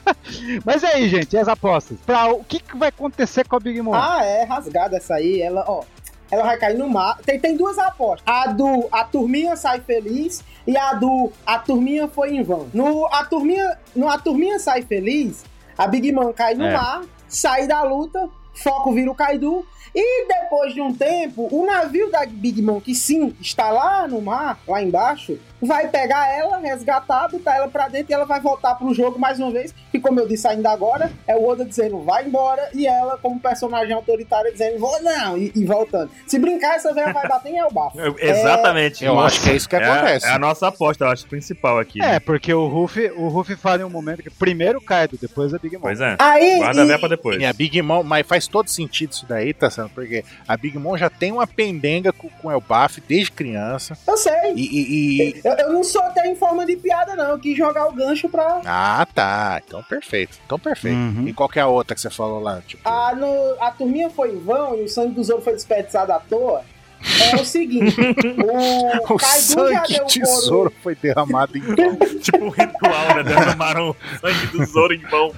Speaker 1: <laughs> Mas é aí, gente, e as apostas. Pra, o que, que vai acontecer com a Big Mom?
Speaker 4: Ah, é rasgada essa aí. Ela, ó, ela vai cair no mar. Tem, tem duas apostas. A do a turminha sai feliz e a do a turminha foi em vão. No a turminha, no a turminha sai feliz, a Big Mom cai no
Speaker 2: É.
Speaker 4: mar, sai da luta, foco vira o Kaido. E depois de um tempo, o navio da Big Mom, que sim, está lá no mar, lá embaixo, vai pegar ela, resgatar, botar ela pra dentro e ela vai voltar pro jogo mais uma vez. E como eu disse ainda agora, é o Oda dizendo vai embora e ela, como personagem autoritária, dizendo vou não e, e voltando. Se brincar, essa velha vai bater em Elba.
Speaker 2: Eu- Exatamente.
Speaker 3: É, Eu acho que é isso que
Speaker 2: É a-
Speaker 3: acontece.
Speaker 2: É a, nossa aposta, eu acho, principal aqui.
Speaker 1: É, porque o Ruffy, o Ruffy fala em um momento que primeiro o Kaido, depois a Big Mom.
Speaker 2: Pois é.
Speaker 4: Aí,
Speaker 2: Guarda a
Speaker 4: e-
Speaker 2: véia pra depois.
Speaker 3: E a Big Mom, mas faz todo sentido isso daí, tá sendo? Porque a Big Mom já tem uma pendenga com, com o Elbaf desde criança.
Speaker 4: eu sei.
Speaker 3: E, e- e-
Speaker 4: Eu, eu não sou até em forma de piada, não. Eu quis jogar o gancho pra.
Speaker 3: Ah, tá. Então perfeito. Então perfeito.
Speaker 1: Uhum.
Speaker 3: E qual que é a outra que você falou lá? Tipo,
Speaker 1: Ah,
Speaker 4: A, no- a turminha foi em vão e o sangue do Zoro foi desperdiçado à toa. É o
Speaker 3: <laughs>
Speaker 4: seguinte: o,
Speaker 3: o
Speaker 4: Kaido já
Speaker 1: é
Speaker 3: sangue
Speaker 4: deu
Speaker 3: de
Speaker 4: coro.
Speaker 3: Zoro foi
Speaker 1: <laughs>
Speaker 3: derramado em vão.
Speaker 2: Tipo um ritual, né? Derramaram o sangue do Zoro em vão.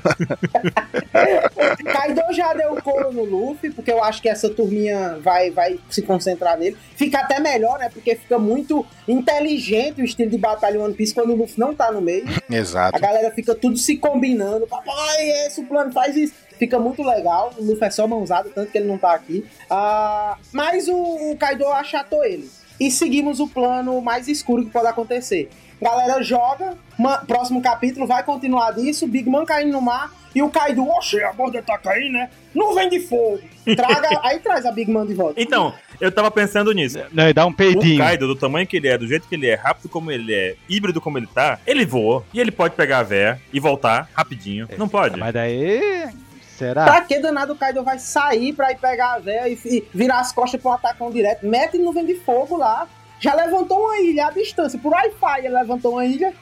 Speaker 4: Kaido já deu coro no Luffy, porque eu acho que essa turminha vai, vai se concentrar nele. Fica até melhor, né? Porque fica muito inteligente o estilo de batalha One Piece quando o Luffy não tá no meio. A
Speaker 3: Exato.
Speaker 4: galera fica tudo se combinando. Papai, esse o plano faz isso. Fica muito legal. O Luffy é só mãozada, tanto que ele não tá aqui. Ah, mas o, o Kaido achatou ele. E seguimos o plano mais escuro que pode acontecer. Galera joga, ma- próximo capítulo vai continuar disso. Big Man caindo no mar e o Kaido, oxe, a borda tá caindo, né? Nuvem de fogo. Traga, aí traz a Big Man de volta.
Speaker 2: Então, eu tava pensando nisso.
Speaker 1: Não, e dá um
Speaker 2: O
Speaker 1: peidinho.
Speaker 2: Kaido, do tamanho que ele é, do jeito que ele é, rápido como ele é, híbrido como ele tá, ele voa e ele pode pegar a véia e voltar rapidinho. Não pode?
Speaker 1: É. Mas daí. Será?
Speaker 2: Tá Ah.
Speaker 4: Pra que danado o Kaido vai sair pra ir pegar a véia e fi- virar as costas pro atacão direto? Mete nuvem de fogo lá. Já levantou uma ilha à distância. Por Wi-Fi ele levantou uma ilha.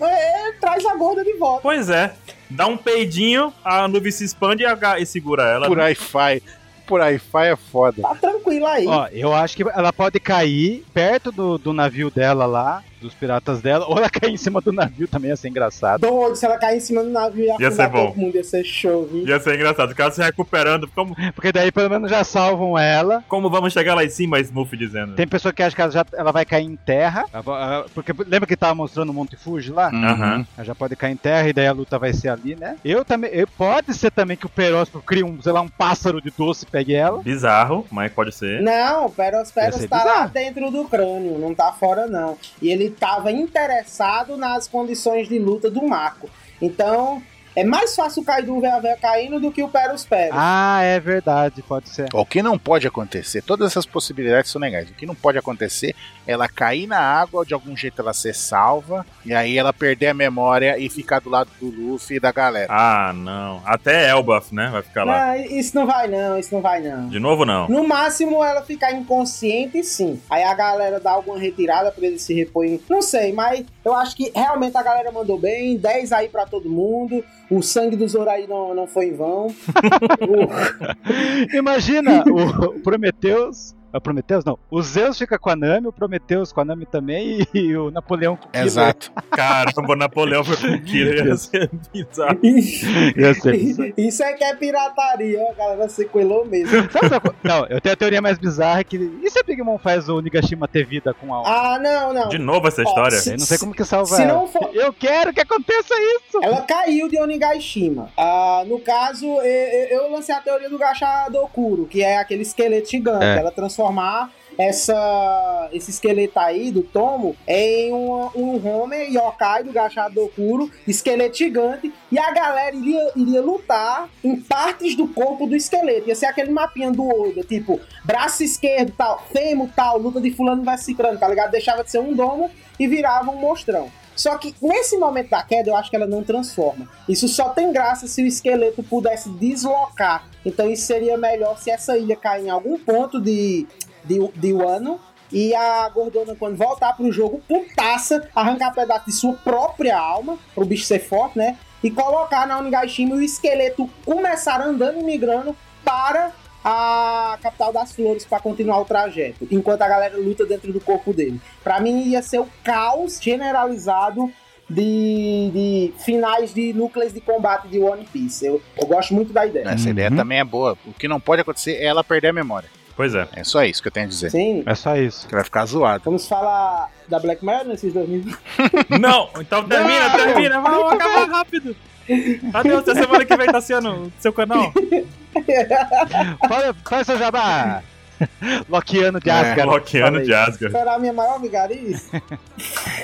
Speaker 4: É, traz a gorda de volta.
Speaker 2: Pois é. Dá um peidinho, a nuvem se expande e, aga- e segura ela.
Speaker 3: Por Wi-Fi. Por Wi-Fi é foda.
Speaker 4: Tá tranquilo aí.
Speaker 1: Ó, eu acho que ela pode cair perto do, do navio dela lá, dos piratas dela, <laughs> ou ela cair em cima do navio também, ia ser engraçado.
Speaker 4: Doido, Tá se ela cair em cima do navio e
Speaker 2: Ia
Speaker 4: afundar
Speaker 2: ser bom.
Speaker 4: todo mundo, ia ser show, viu?
Speaker 2: Ia ser engraçado. O cara se recuperando. Como,
Speaker 1: Porque daí pelo menos já salvam ela.
Speaker 2: como vamos chegar lá em cima, Smurf dizendo.
Speaker 1: Tem pessoa que acha que ela, já, ela vai cair em terra. Ela va- ela- Porque lembra que tava mostrando o Monte Fuji lá?
Speaker 2: Aham.
Speaker 1: Ela já pode cair em terra e daí a luta vai ser ali, né? Eu também. eu- pode ser também que o Peróspo crie um, sei lá, um pássaro de doce e pegue ela.
Speaker 2: Bizarro, mas pode ser.
Speaker 4: Não, o Peros Peros
Speaker 1: ser
Speaker 4: tá lá
Speaker 1: bizarro.
Speaker 4: dentro do crânio, não tá fora, não. E ele tava interessado nas condições de luta do Marco. Então, é mais fácil o Kaido ver a véia caindo do que o Peros Peros.
Speaker 1: Ah, é verdade, pode ser.
Speaker 3: O que não pode acontecer, todas essas possibilidades são legais. O que não pode acontecer é ela cair na água, de algum jeito ela ser salva, e aí ela perder a memória e ficar do lado do Luffy e da galera.
Speaker 2: Ah, não. Até Elbaf, né? Vai ficar lá.
Speaker 4: Não, isso não vai não, isso não vai não.
Speaker 2: De novo, não.
Speaker 4: No máximo ela ficar inconsciente, sim. Aí a galera dá alguma retirada pra ele se repor. em- Não sei, mas eu acho que realmente a galera mandou bem. 10 aí pra todo mundo. O sangue do Zoro aí não, não foi
Speaker 2: <laughs>
Speaker 4: em vão. O- <laughs>
Speaker 1: Imagina o, o Prometheus. ah, Prometheus não. O Zeus fica com a Nami, o Prometheus com a Nami também e, o Napoleão com o Killer. <laughs>
Speaker 3: Exato.
Speaker 2: Caramba, o Napoleão foi com o Killer. Ia ser bizarro.
Speaker 1: Eu sei.
Speaker 4: Isso é que é pirataria, a galera sequelou mesmo.
Speaker 1: Sabe outra co- não, eu tenho a teoria mais bizarra que. E se a Big Mom faz o Nigashima ter vida com a
Speaker 4: Ah, não, não.
Speaker 2: De é. novo essa
Speaker 4: Ó,
Speaker 2: história.
Speaker 4: se-
Speaker 1: Eu não sei como que salva
Speaker 4: Se
Speaker 1: ela.
Speaker 4: não for,
Speaker 1: Eu quero que aconteça isso!
Speaker 4: Ela caiu de Onigashima. Ah, no caso, eu, eu- eu lancei a teoria do Gachadokuro, que é aquele esqueleto gigante.
Speaker 1: É.
Speaker 4: Ela transformar essa, esse esqueleto aí do Tomo é em uma- um Homer Yokai do Gachado Kuro, esqueleto gigante, e a galera iria, iria lutar em partes do corpo do esqueleto. Ia ser aquele mapinha do Oda, tipo, braço esquerdo, tal, fêmur, tal, luta de fulano vai ciclano, tá ligado? Deixava de ser um domo e virava um monstrão. Só que nesse momento da queda, eu acho que ela não transforma. Isso só tem graça se o esqueleto pudesse deslocar. Então isso seria melhor se essa ilha cair em algum ponto de, de, de Wano. E a Gordona, quando voltar pro jogo, putaça, arrancar pedaço de sua própria alma, pro bicho ser forte, né? E colocar na Onigashima e o esqueleto começar andando e migrando para a capital das flores para continuar o trajeto, enquanto a galera luta dentro do corpo dele. Para mim ia ser o caos generalizado de, de finais de núcleos de combate de One Piece. Eu, eu gosto muito da ideia.
Speaker 3: Essa ideia
Speaker 2: Uhum.
Speaker 3: também é boa. O que não pode acontecer é ela perder a memória.
Speaker 2: Pois é.
Speaker 3: É só isso que eu tenho a dizer.
Speaker 4: Sim.
Speaker 1: É só isso.
Speaker 3: Que vai ficar zoado.
Speaker 4: Vamos falar da Black Mirror nesses dois minutos?
Speaker 2: Não! Então termina,
Speaker 4: Não!
Speaker 2: termina! Vamos acabar rápido! Adeus, até semana que vem, Tassiano, no
Speaker 1: <laughs>
Speaker 2: seu canal.
Speaker 1: Fala, fala seu <laughs> jabá! Loquiano de
Speaker 3: É.
Speaker 1: Asgard.
Speaker 2: Coloquiano
Speaker 4: falei.
Speaker 2: de Asgard.
Speaker 4: Será a minha maior vigariz?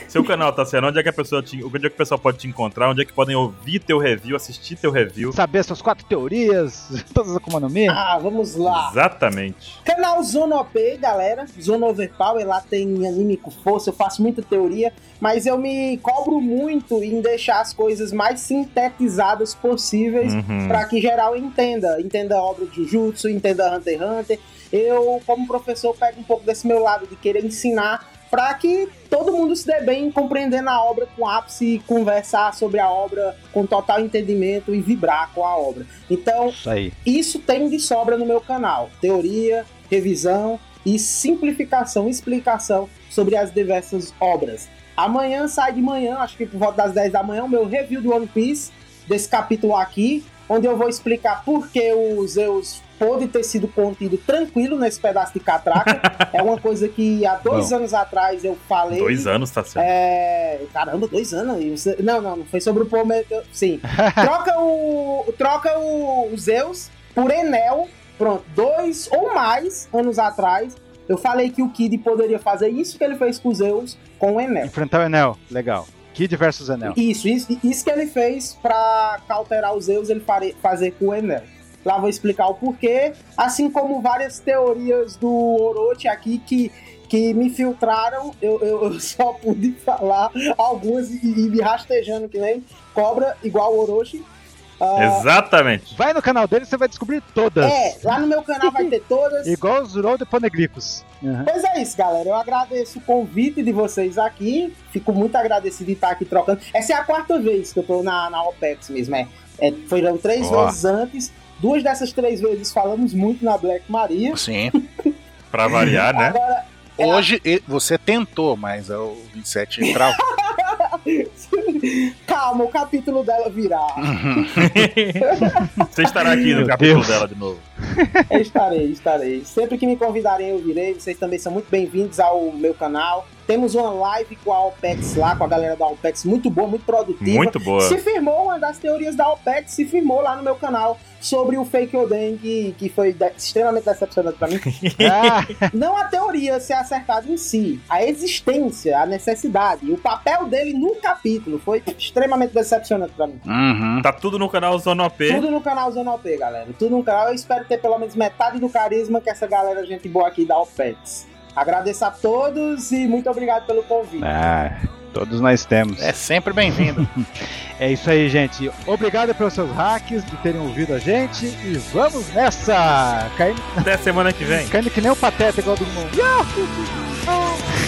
Speaker 2: Seu canal, Tassiano, onde é que a pessoa te, onde é que o pessoal pode te encontrar? Onde é que podem ouvir teu review, assistir teu review?
Speaker 1: Saber suas quatro teorias, <laughs> todas as Akuma no Mi.
Speaker 4: <laughs> Ah, vamos lá.
Speaker 2: Exatamente.
Speaker 4: Canal Zona OP, galera. Zona Overpower, lá tem anime com força, eu faço muita teoria, mas eu me cobro muito em deixar as coisas mais sintetizadas possíveis
Speaker 2: Uhum.
Speaker 4: para que geral entenda. Entenda a obra de Jujutsu, entenda Hunter x Hunter. Eu, como professor, pego um pouco desse meu lado de querer ensinar para que todo mundo se dê bem compreendendo a obra com ápice e conversar sobre a obra com total entendimento e vibrar com a obra. Então,
Speaker 1: Isso aí.
Speaker 4: isso tem de sobra no meu canal. Teoria, revisão e simplificação, explicação sobre as diversas obras. Amanhã sai de manhã, acho que por volta das 10 da manhã, o meu review do One Piece, desse capítulo aqui, onde eu vou explicar por que o Zeus pôde ter sido contido tranquilo nesse pedaço de catraca. é uma coisa que há dois anos atrás eu falei.
Speaker 2: Dois anos, Tassiano.
Speaker 4: É, Caramba, dois anos. e você- Não, não, não foi sobre o Prometeu. Sim. Troca o. Troca o, o Zeus por Enel. Pronto, dois ou mais anos atrás. Eu falei que o Kid poderia fazer isso que ele fez com o Zeus com o Enel.
Speaker 1: Enfrentar o Enel. Legal. Kid versus Enel.
Speaker 4: Isso, isso, isso que ele fez pra cauterar os Zeus, ele fare- fazer com o Enel. Lá vou explicar o porquê, assim como várias teorias do Orochi aqui que, que me filtraram, eu, eu- eu <laughs> só pude falar algumas e, e me rastejando que nem cobra igual o Orochi. Ah,
Speaker 2: Exatamente.
Speaker 1: Vai no canal dele, você vai descobrir todas.
Speaker 4: é, lá no meu canal vai ter
Speaker 1: <laughs>
Speaker 4: todas.
Speaker 1: Igual os Road <laughs> Poneglyphos. Uhum.
Speaker 4: Pois é isso, galera. Eu agradeço o convite de vocês aqui. Fico muito agradecido de estar aqui trocando. Essa é a quarta vez que eu tô na, na OPEX mesmo, é. é foram três
Speaker 3: Ó.
Speaker 4: vezes antes. Duas dessas três vezes falamos muito na Black
Speaker 1: <laughs>
Speaker 4: Maria.
Speaker 3: Sim.
Speaker 2: Pra variar,
Speaker 4: <laughs>
Speaker 2: né?
Speaker 4: Agora,
Speaker 3: Hoje e- você tentou, mas é o 27 travou.
Speaker 4: calma, o capítulo dela virá.
Speaker 2: Você estará aqui no
Speaker 1: Meu
Speaker 2: capítulo
Speaker 1: Deus.
Speaker 2: dela de novo.
Speaker 4: Eu estarei, estarei. Sempre que me convidarem, eu virei. Vocês também são muito bem-vindos ao meu canal. Temos uma live com a OPEX lá, com a galera da OPEX. Muito boa, muito produtiva.
Speaker 2: Muito boa.
Speaker 4: Se firmou uma das teorias da OPEC, se firmou lá no meu canal sobre o fake Oden, que, que foi de- extremamente decepcionante pra mim.
Speaker 1: Ah,
Speaker 4: Não a teoria ser acertada em si, a existência, a necessidade, o papel dele no capítulo foi extremamente decepcionante pra mim.
Speaker 3: Uhum.
Speaker 2: Tá tudo no canal Zona OP.
Speaker 4: Tudo no canal Zona OP, galera. Tudo no canal. Eu espero ter pelo menos metade do carisma que essa galera gente boa aqui da OPEX. Agradeço a todos e muito obrigado pelo convite.
Speaker 1: ah, todos nós temos.
Speaker 3: É sempre bem-vindo.
Speaker 1: É isso aí, gente. Obrigado pelos seus hacks, de terem ouvido a gente. E vamos nessa! Caindo,
Speaker 2: Até semana que vem.
Speaker 1: caindo que nem o pateta igual do mundo. <laughs>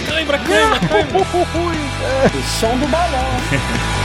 Speaker 2: Cãibra, cãibra, cãibra.
Speaker 4: O som do balão.